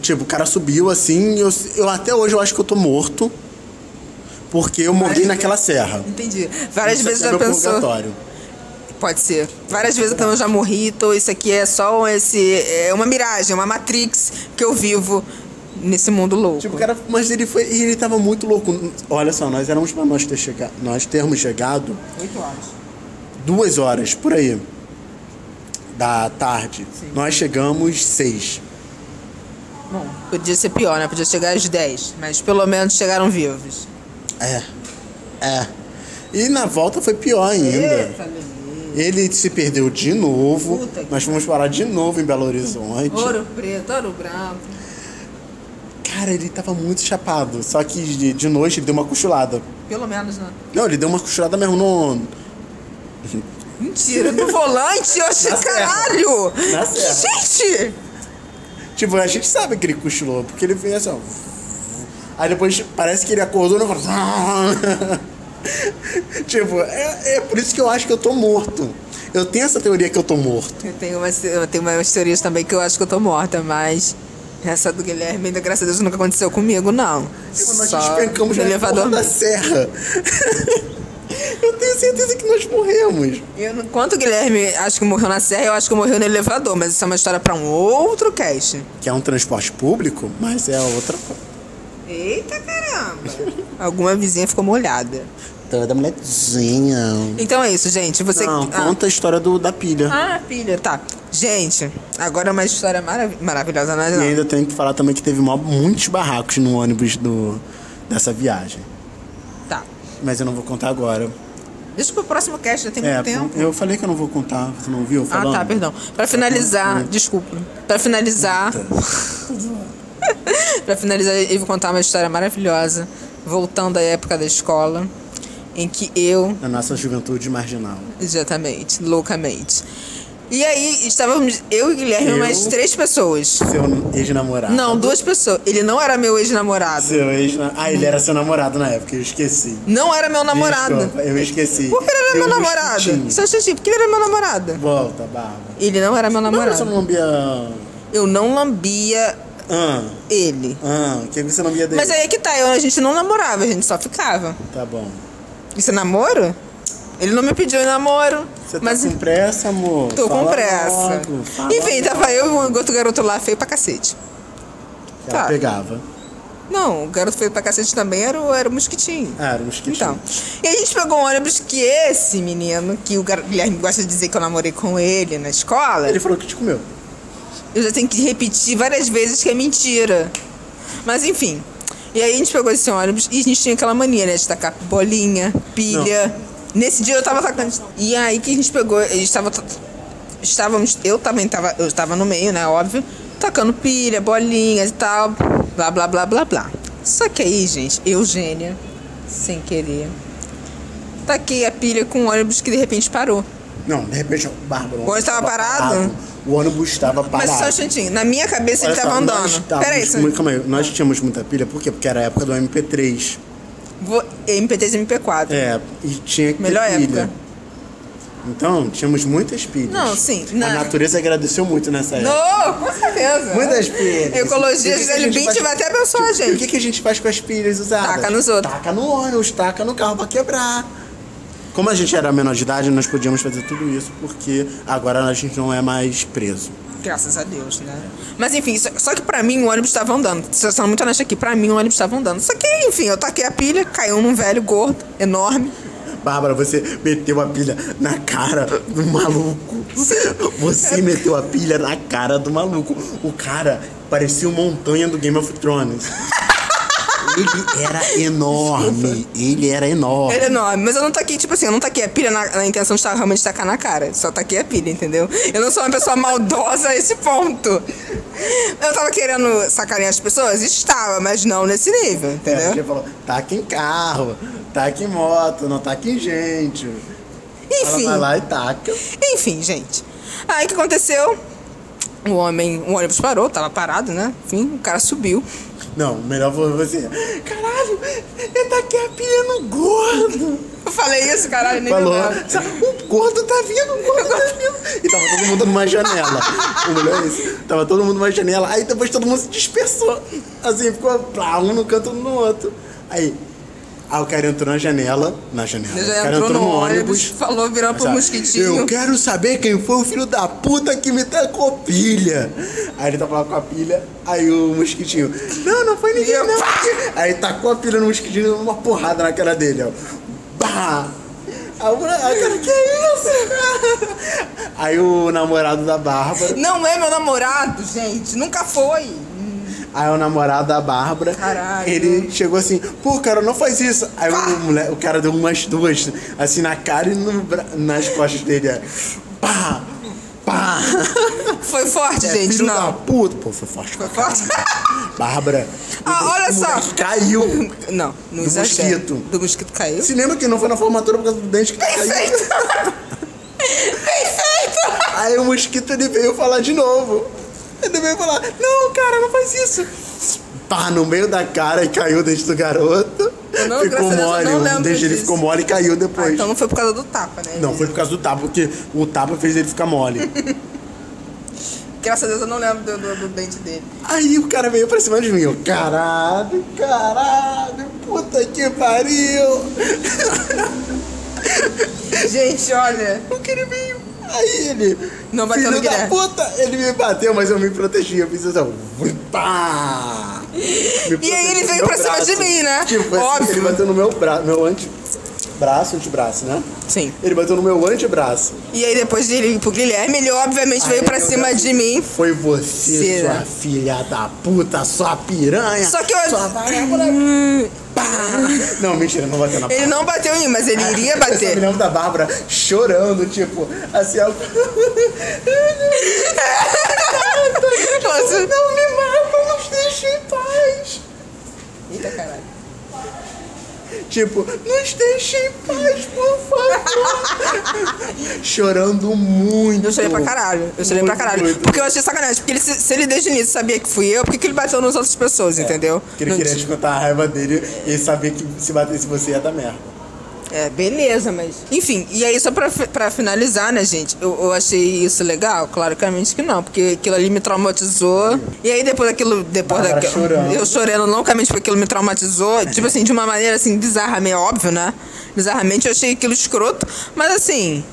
Speaker 3: Tipo, o cara subiu assim. Eu, eu até hoje eu acho que eu tô morto. Porque eu morri naquela serra.
Speaker 2: Entendi. Várias
Speaker 3: Isso
Speaker 2: vezes
Speaker 3: aqui é
Speaker 2: já
Speaker 3: meu
Speaker 2: pensou.
Speaker 3: purgatório.
Speaker 2: Pode ser. Várias vezes então eu já morri, tô, isso aqui é só esse. É uma miragem, uma Matrix que eu vivo nesse mundo louco.
Speaker 3: Tipo, o cara, mas ele foi, ele tava muito louco. Olha só, nós éramos pra nós ter chegado, nós termos chegado
Speaker 2: Oito horas.
Speaker 3: duas horas por aí. da tarde. Nós chegamos seis.
Speaker 2: Bom, podia ser pior, né? Podia chegar às 10, mas pelo menos chegaram vivos.
Speaker 3: É. É. E na volta foi pior ainda.
Speaker 2: menino.
Speaker 3: Ele se perdeu de novo.
Speaker 2: É. Puta que
Speaker 3: Nós fomos parar de novo em Belo Horizonte.
Speaker 2: Ouro preto, ouro branco.
Speaker 3: Cara, ele tava muito chapado. Só que de, de noite ele deu uma cochilada.
Speaker 2: Pelo menos, né?
Speaker 3: Não, ele deu uma cochilada mesmo no.
Speaker 2: Mentira, no volante, eu achei,
Speaker 3: Na serra.
Speaker 2: caralho!
Speaker 3: Na serra.
Speaker 2: Gente!
Speaker 3: Tipo, a gente sabe que ele cochilou, porque ele fez assim, ó. Aí depois parece que ele acordou e falou. tipo, é, é por isso que eu acho que eu tô morto. Eu tenho essa teoria que eu tô morto.
Speaker 2: Eu tenho, umas, eu tenho umas teorias também que eu acho que eu tô morta, mas essa do Guilherme, ainda, graças a Deus, nunca aconteceu comigo, não.
Speaker 3: Tipo, Nós
Speaker 2: Só
Speaker 3: despencamos
Speaker 2: no
Speaker 3: na elevador
Speaker 2: elevador.
Speaker 3: da serra. eu tenho certeza que nós morremos.
Speaker 2: Eu, não- enquanto o Guilherme acho que morreu na serra, eu acho que eu morreu no elevador, mas isso é uma história pra um outro cast.
Speaker 3: Que é um transporte público, mas é outra coisa.
Speaker 2: Eita caramba! Alguma vizinha ficou molhada.
Speaker 3: Toda mulherzinha.
Speaker 2: Então é isso, gente. Você.
Speaker 3: Não,
Speaker 2: Ah.
Speaker 3: conta a história do, da pilha.
Speaker 2: Ah, filha, tá. Gente, agora é uma história marav- maravilhosa, né?
Speaker 3: E
Speaker 2: não?
Speaker 3: ainda tenho que falar também que teve mó- muitos barracos no ônibus do, dessa viagem.
Speaker 2: Tá.
Speaker 3: Mas eu não vou contar agora.
Speaker 2: Deixa pro próximo cast, já tem
Speaker 3: É,
Speaker 2: muito tempo.
Speaker 3: eu falei que eu não vou contar, você não ouviu eu
Speaker 2: Ah,
Speaker 3: falando?
Speaker 2: tá, perdão. Pra finalizar, desculpa. Pra finalizar. pra finalizar, eu vou contar uma história maravilhosa, voltando à época da escola, em que eu,
Speaker 3: Na nossa juventude marginal.
Speaker 2: exatamente, loucamente. E aí, estávamos eu e o Guilherme,
Speaker 3: Eu?
Speaker 2: mais três pessoas.
Speaker 3: Seu ex-namorado.
Speaker 2: Não, duas pessoas. Ele não era meu ex-namorado.
Speaker 3: Seu ex -na... Ah, ele era seu namorado na época, eu esqueci.
Speaker 2: Não era meu namorado.
Speaker 3: Desculpa, eu esqueci.
Speaker 2: Por que ele era
Speaker 3: Deu
Speaker 2: meu
Speaker 3: um
Speaker 2: namorado?
Speaker 3: chutinho.
Speaker 2: Só xixi, por que ele era meu namorado?
Speaker 3: Volta, Bárbara.
Speaker 2: Ele não era meu
Speaker 3: Não, você
Speaker 2: namorado.
Speaker 3: não lambia...
Speaker 2: Eu não lambia
Speaker 3: Ah,
Speaker 2: ele.
Speaker 3: ah, o que você lambia dele?
Speaker 2: Mas aí é que tá, eu, a gente não namorava, a gente só ficava.
Speaker 3: Tá bom.
Speaker 2: Isso é namoro? Ele não me pediu em namoro.
Speaker 3: Você tá
Speaker 2: mas
Speaker 3: com pressa, amor?
Speaker 2: tô com
Speaker 3: Fala
Speaker 2: pressa.
Speaker 3: logo, fala
Speaker 2: Enfim, tava eu e um outro garoto lá feio pra cacete.
Speaker 3: Que Ela
Speaker 2: Tá.
Speaker 3: pegava.
Speaker 2: Não, o garoto feio pra cacete também era, o- era o mosquitinho.
Speaker 3: Ah, era um mosquitinho.
Speaker 2: Então, e a gente pegou um ônibus que esse menino, que o gar- Guilherme gosta de dizer que eu namorei com ele na escola,
Speaker 3: Ele falou que te comeu.
Speaker 2: eu já tenho que repetir várias vezes que é mentira. Mas enfim. E aí a gente pegou esse ônibus e a gente tinha aquela mania, né? De tacar bolinha, pilha. Nesse dia eu tava tacando. E aí que a gente pegou, a gente tava. Estávamos. Eu também tava. Eu tava no meio, né? Óbvio. Tacando pilha, bolinhas e tal. Blá blá blá blá blá. Só que aí, gente, Eugênia, sem querer. Taquei a pilha com o ônibus que de repente parou.
Speaker 3: Não, de repente, Bárbara.
Speaker 2: O ônibus tava parado?
Speaker 3: O ônibus estava parado.
Speaker 2: Mas só um instantinho. Na minha cabeça
Speaker 3: Olha
Speaker 2: ele tava
Speaker 3: só, tá, nós
Speaker 2: andando.
Speaker 3: estávamos
Speaker 2: Peraí, um
Speaker 3: com- Calma aí, nós tínhamos muita pilha, por quê? Porque era a época do MP3.
Speaker 2: Vou- MP3 e MP4.
Speaker 3: É, e tinha que ter
Speaker 2: Melhor
Speaker 3: pilha.
Speaker 2: época.
Speaker 3: Então, tínhamos muitas pilhas.
Speaker 2: Não, sim, né?
Speaker 3: A
Speaker 2: na-
Speaker 3: natureza agradeceu muito nessa época.
Speaker 2: Não, com certeza.
Speaker 3: Muitas pilhas. E o
Speaker 2: Ecologia,
Speaker 3: que que a
Speaker 2: Gisele
Speaker 3: gente
Speaker 2: Bint
Speaker 3: faz-
Speaker 2: vai até abençoar a
Speaker 3: Tipo, O
Speaker 2: gente.
Speaker 3: que, que a gente faz com as pilhas usadas?
Speaker 2: Taca nos outros.
Speaker 3: Taca no ônibus, taca no carro pra quebrar. Como a gente era menor de idade, nós podíamos fazer tudo isso porque agora a gente não é mais preso.
Speaker 2: Graças a Deus, né? Mas enfim, só, só que pra mim o ônibus tava andando. Só sendo muito honesto aqui, pra mim o ônibus tava andando. Só que, enfim, eu taquei a pilha, caiu num velho gordo, enorme.
Speaker 3: Bárbara, você meteu a pilha na cara do maluco. Você meteu a pilha na cara do maluco. O cara parecia uma montanha do Game of Thrones. Ele era enorme. Ele era enorme.
Speaker 2: Ele é enorme. Mas eu não taquei, tipo assim, eu não taquei a pilha na, na intenção de estar realmente tacar na cara. Só taquei a pilha, entendeu? Eu não sou uma pessoa maldosa a esse ponto. Eu tava querendo sacanear as pessoas? Estava, mas não nesse nível,
Speaker 3: É, Ele
Speaker 2: entendeu?
Speaker 3: falou, taca em carro, taca em moto, não taca em gente. Ela
Speaker 2: Enfim.
Speaker 3: vai lá e taca.
Speaker 2: Enfim, gente. Aí o que aconteceu? O homem, o ônibus parou, tava parado, né? Enfim, o cara subiu.
Speaker 3: Não, melhor foi você. Caralho, eu taquei a pilha no gordo.
Speaker 2: Eu falei isso, caralho, nem
Speaker 3: Falou,
Speaker 2: lembrava.
Speaker 3: o gordo tá vindo, o gordo tá vindo. E tava todo mundo numa janela. O melhor é isso. Tava todo mundo numa janela. Aí depois todo mundo se dispersou. Assim, ficou plá, um no canto, um no outro. Aí, aí o cara entrou na janela. Na janela.
Speaker 2: Ele
Speaker 3: o
Speaker 2: já
Speaker 3: cara
Speaker 2: entrou no ônibus, falou, virou pro
Speaker 3: Sabe?
Speaker 2: mosquitinho.
Speaker 3: ah, Eu quero saber quem foi o filho da puta que me tacou pilha. Aí ele tava lá com a pilha, aí o mosquitinho. Não, não foi ninguém, não. Aí tacou a pilha no mosquitinho e deu uma porrada na cara dele, ó. Bah! A mulher, a cara, que isso? Aí o namorado da Bárbara.
Speaker 2: Não é meu namorado, gente. Nunca foi.
Speaker 3: Aí o namorado da Bárbara,
Speaker 2: Caralho.
Speaker 3: ele chegou assim, pô, cara, não faz isso. Aí o, mole- o cara deu umas duas, assim, na cara e no bra- nas costas dele. ó. Pá! Pá!
Speaker 2: Foi forte, gente.
Speaker 3: É, Filho da
Speaker 2: Não.
Speaker 3: puta! Pô, foi forte.
Speaker 2: Foi forte?
Speaker 3: Bárbara.
Speaker 2: Ah, olha só.
Speaker 3: moleque Caiu.
Speaker 2: Não, não
Speaker 3: Do
Speaker 2: exagero.
Speaker 3: mosquito.
Speaker 2: Do mosquito caiu?
Speaker 3: Se lembra que não foi na formatura por causa do dente que caiu?
Speaker 2: Perfeito! Perfeito!
Speaker 3: Aí o mosquito ele veio falar de novo. Ele veio falar, não, cara, não faz isso. Pá, no meio da cara e caiu o dente do garoto.
Speaker 2: Eu não-
Speaker 3: ficou
Speaker 2: graças a Deus, eu
Speaker 3: mole,
Speaker 2: não
Speaker 3: o
Speaker 2: lembro
Speaker 3: dente dele
Speaker 2: disso.
Speaker 3: ficou mole e caiu
Speaker 2: Ah,
Speaker 3: depois.
Speaker 2: então não foi por causa do tapa, né?
Speaker 3: Não, foi por causa do tapa, porque o tapa fez ele ficar mole.
Speaker 2: Graças a Deus eu não lembro do, do, do dente dele.
Speaker 3: Aí o cara veio pra cima de mim, eu, caralho, caralho, puta que pariu.
Speaker 2: Gente, olha.
Speaker 3: O que ele veio. Aí ele.
Speaker 2: Não bateu
Speaker 3: filho
Speaker 2: no
Speaker 3: da
Speaker 2: Guilherme.
Speaker 3: puta, ele me bateu, mas eu me protegi. Eu fiz assim, ó, pá! Me
Speaker 2: E aí ele
Speaker 3: protegi
Speaker 2: veio
Speaker 3: no
Speaker 2: pra cima de
Speaker 3: braço.
Speaker 2: mim, né?
Speaker 3: Tipo, assim,
Speaker 2: Óbvio.
Speaker 3: ele bateu no meu braço, meu antebraço, antebraço, né?
Speaker 2: Sim.
Speaker 3: Ele bateu no meu antebraço.
Speaker 2: E aí depois dele ir pro Guilherme, ele obviamente veio
Speaker 3: Aí
Speaker 2: pra
Speaker 3: eu
Speaker 2: cima
Speaker 3: já-
Speaker 2: de mim.
Speaker 3: Foi você,
Speaker 2: Será?
Speaker 3: sua filha da puta, sua piranha.
Speaker 2: Só que eu- Hum,
Speaker 3: Sua né, vagabunda. Pá! Não, mentira, ele não bateu na
Speaker 2: Ele não bateu em mim, mas ele
Speaker 3: Eu
Speaker 2: iria
Speaker 3: só me
Speaker 2: bater.
Speaker 3: lembro da Bárbara chorando, tipo, assim, ela...
Speaker 2: Nossa.
Speaker 3: Não me mata, nos deixa em paz.
Speaker 2: Eita caralho.
Speaker 3: Tipo, nos deixa em paz, por favor. Chorando muito.
Speaker 2: Eu chorei pra caralho. Eu chorei
Speaker 3: Muito,
Speaker 2: pra caralho.
Speaker 3: muito.
Speaker 2: Porque eu achei sacanagem. Porque ele, se, se ele desde o início sabia que fui eu, por que que ele bateu nas outras pessoas, entendeu?
Speaker 3: Porque É, ele
Speaker 2: Não
Speaker 3: queria
Speaker 2: tinha-
Speaker 3: te contar a raiva dele e saber que se batesse você ia dar merda.
Speaker 2: É, beleza, mas. Enfim, e aí só pra, fi- pra finalizar, né, gente? Eu, eu achei isso legal? Claramente que não, porque aquilo ali me traumatizou. E aí depois daquilo. Depois
Speaker 3: Bárbara
Speaker 2: daquilo.
Speaker 3: chorando.
Speaker 2: Eu chorando loucamente porque aquilo me traumatizou. Tipo assim, de uma maneira assim, bizarra, meio óbvio, né? Bizarramente eu achei aquilo escroto. Mas assim.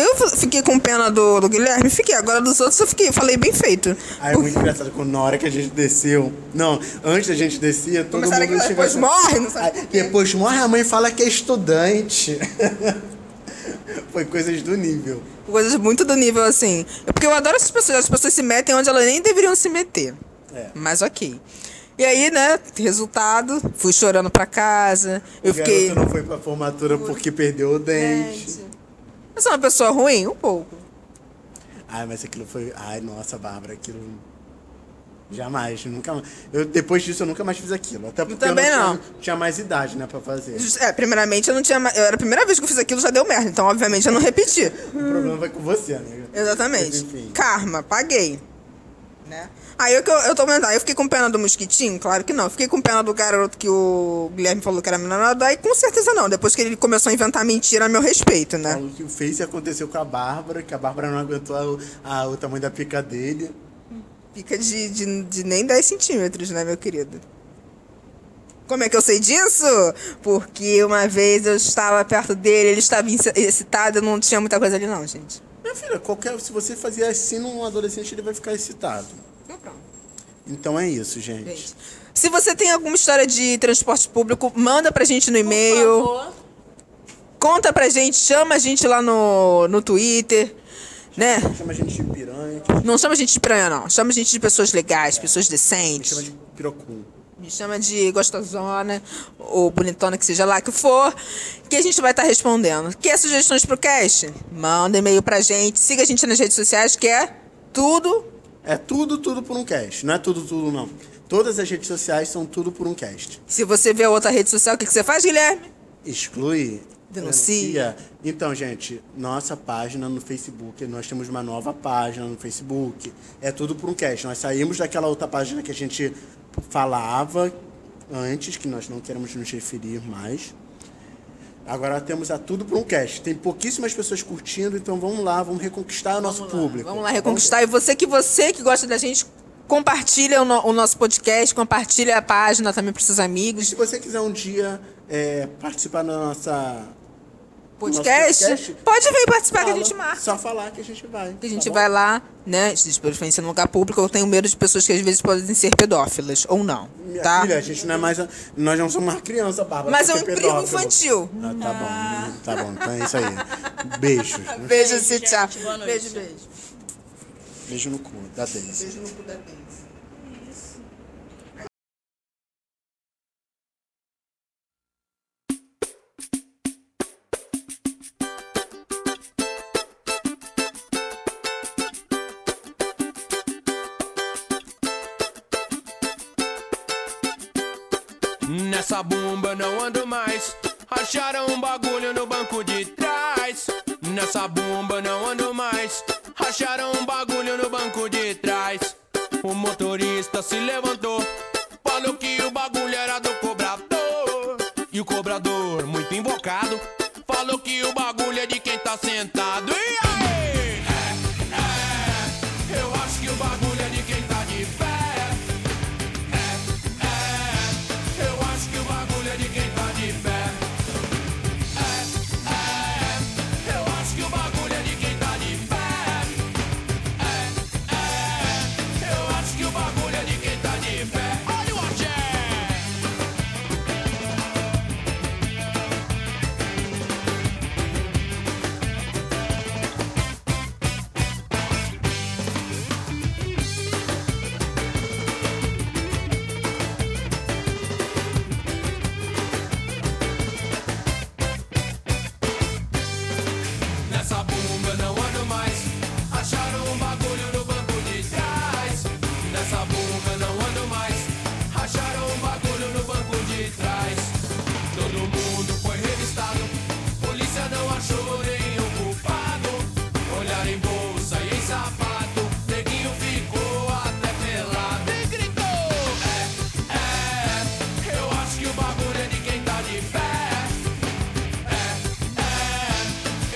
Speaker 2: Eu f- fiquei com pena do, do Guilherme, fiquei. Agora dos outros eu fiquei, falei bem feito.
Speaker 3: Aí é
Speaker 2: Por-
Speaker 3: muito engraçado quando na hora que a gente desceu. Não, antes da gente descer, todo
Speaker 2: Começaram
Speaker 3: mundo
Speaker 2: aquilo,
Speaker 3: chegou assim,
Speaker 2: depois morre, não sabe
Speaker 3: Aí,
Speaker 2: por quê.
Speaker 3: Depois morre, a mãe fala que é estudante. Foi coisas do nível.
Speaker 2: Coisas muito do nível assim. Porque eu adoro essas pessoas. As pessoas se metem onde elas nem deveriam se meter.
Speaker 3: É.
Speaker 2: Mas ok. E aí, né? Resultado, fui chorando pra casa. Eu
Speaker 3: o
Speaker 2: fiquei.
Speaker 3: garoto não foi pra formatura porque perdeu o dente.
Speaker 2: Gente, Eu sou uma pessoa ruim? Um pouco.
Speaker 3: Ai, mas aquilo foi. Ai, nossa, Bárbara, aquilo. Jamais, nunca mais. Eu, depois disso eu nunca mais fiz aquilo. Até porque
Speaker 2: também
Speaker 3: eu
Speaker 2: não.
Speaker 3: Tinha, tinha mais idade, né, pra fazer.
Speaker 2: Just- É, primeiramente eu não tinha. ma- Eu era a primeira vez que eu fiz aquilo, já deu merda. Então, obviamente, eu não repeti.
Speaker 3: O problema vai com você, amiga. Mas,
Speaker 2: Hum. Exatamente.
Speaker 3: enfim.
Speaker 2: Karma, paguei. Né? Aí eu, que eu, eu tô vendo, aí eu fiquei com pena do mosquitinho? Claro que não. Fiquei com pena do garoto que o Guilherme falou que era meu namorado. Aí com certeza não. Depois que ele começou a inventar mentira a meu respeito, né?
Speaker 3: Falou que o Face aconteceu com a Bárbara, que a Bárbara não aguentou a- a- o tamanho da pica dele.
Speaker 2: Fica de, de, de nem 10 centímetros, né, meu querido? Como é que eu sei disso? Porque uma vez eu estava perto dele, ele estava inci- excitado, eu não tinha muita coisa ali não, gente.
Speaker 3: Minha filha, qualquer, se você fazer assim num adolescente, ele vai ficar excitado.
Speaker 2: Então pronto.
Speaker 3: Então é isso, gente.
Speaker 2: Gente, Se você tem alguma história de transporte público, manda pra gente no e-mail. Conta pra gente, chama a gente lá no, no Twitter, né?
Speaker 3: Chama a gente de piranha, que a gente
Speaker 2: Não chama a gente de piranha, não. Chama a gente de pessoas legais, pessoas
Speaker 3: chama
Speaker 2: decentes.
Speaker 3: de pirocum.
Speaker 2: Me chama de gostosona ou bonitona, que seja lá que for, que a gente vai estar respondendo. Quer sugestões pro cast? Manda e-mail pra gente. Siga a gente nas redes sociais, que é tudo.
Speaker 3: É tudo, tudo por um cast. Não é tudo, tudo, não. Todas as redes sociais são tudo por um cast.
Speaker 2: Se você vê outra rede social, o que, que você faz, Guilherme?
Speaker 3: Exclui.
Speaker 2: Denuncia.
Speaker 3: Então, gente, nossa página no Facebook, nós temos uma nova página no Facebook. É tudo por um cast. Nós saímos daquela outra página que a gente falava antes, que nós não queremos nos referir mais. Agora temos a tudo por um cast. Tem pouquíssimas pessoas curtindo, então vamos lá, vamos reconquistar o nosso público.
Speaker 2: Vamos lá reconquistar. E você que você que gosta da gente, compartilha o, no- o nosso podcast, compartilha a página também pros seus
Speaker 3: E se
Speaker 2: amigos.
Speaker 3: você quiser um dia é, participar da nossa
Speaker 2: podcast,
Speaker 3: podcast?
Speaker 2: pode vir participar que a
Speaker 3: Fala.
Speaker 2: gente marca.
Speaker 3: Só tá falar que a gente vai.
Speaker 2: Que a gente vai lá, né? Se expor em lugar público, eu tenho medo de pessoas que às vezes podem ser pedófilas ou não,
Speaker 3: Minha
Speaker 2: tá?
Speaker 3: filha, a gente não é mais. Nós não somos uma criança, Bárbara.
Speaker 2: Mas
Speaker 3: tem
Speaker 2: é um
Speaker 3: que ser
Speaker 2: emprego
Speaker 3: pedófilo.
Speaker 2: infantil.
Speaker 3: Ah, tá bom, tá bom. Então é isso aí. Beijos. né?
Speaker 2: Beijo,
Speaker 1: Beijo,
Speaker 2: se
Speaker 1: gente.
Speaker 2: tchau.
Speaker 1: Boa noite.
Speaker 2: Beijo, beijo.
Speaker 3: Beijo no cu, da Denise.
Speaker 2: Beijo no cu da Denise.
Speaker 4: Nessa bomba não ando mais. Acharam um bagulho no banco de trás. Nessa bomba não ando mais. Acharam um bagulho no banco de trás. O motorista se levantou. Falou que o bagulho era do cobrador. E o cobrador, muito invocado, falou que o bagulho é de quem tá sentado. E aí? É, é, eu acho que o bagulho é de quem tá de pé. Eu acho que o bagulho é de quem tá de pé. É, é, eu acho que o bagulho é de quem tá de pé. É, é, eu acho que o bagulho é de quem tá de pé. Olha o axé! Nessa bumba não ando mais. Acharam um bagulho no banco de trás. Nessa bumba não ando mais. Acharam um bagulho no banco de trás. Todo mundo foi revistado. Polícia não achou nenhum culpado. Olharam em bolsa e em sapato. Neguinho ficou até pelado e gritou: É, é, eu acho que o bagulho é de quem tá de pé.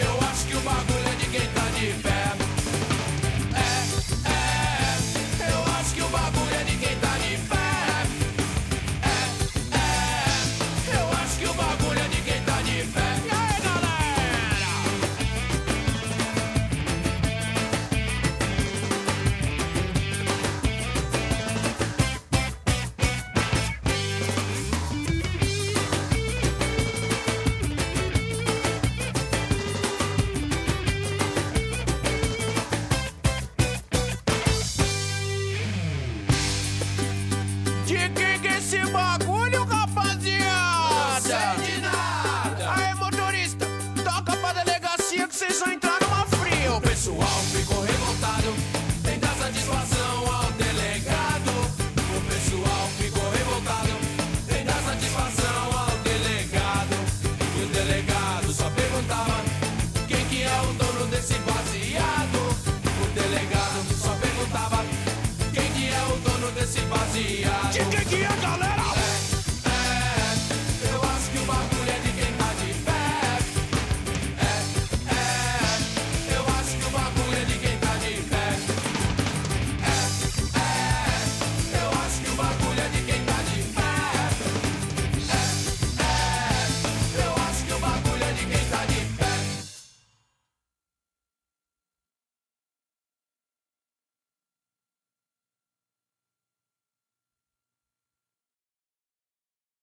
Speaker 4: Eu acho que o bagulho é de quem tá de pé. é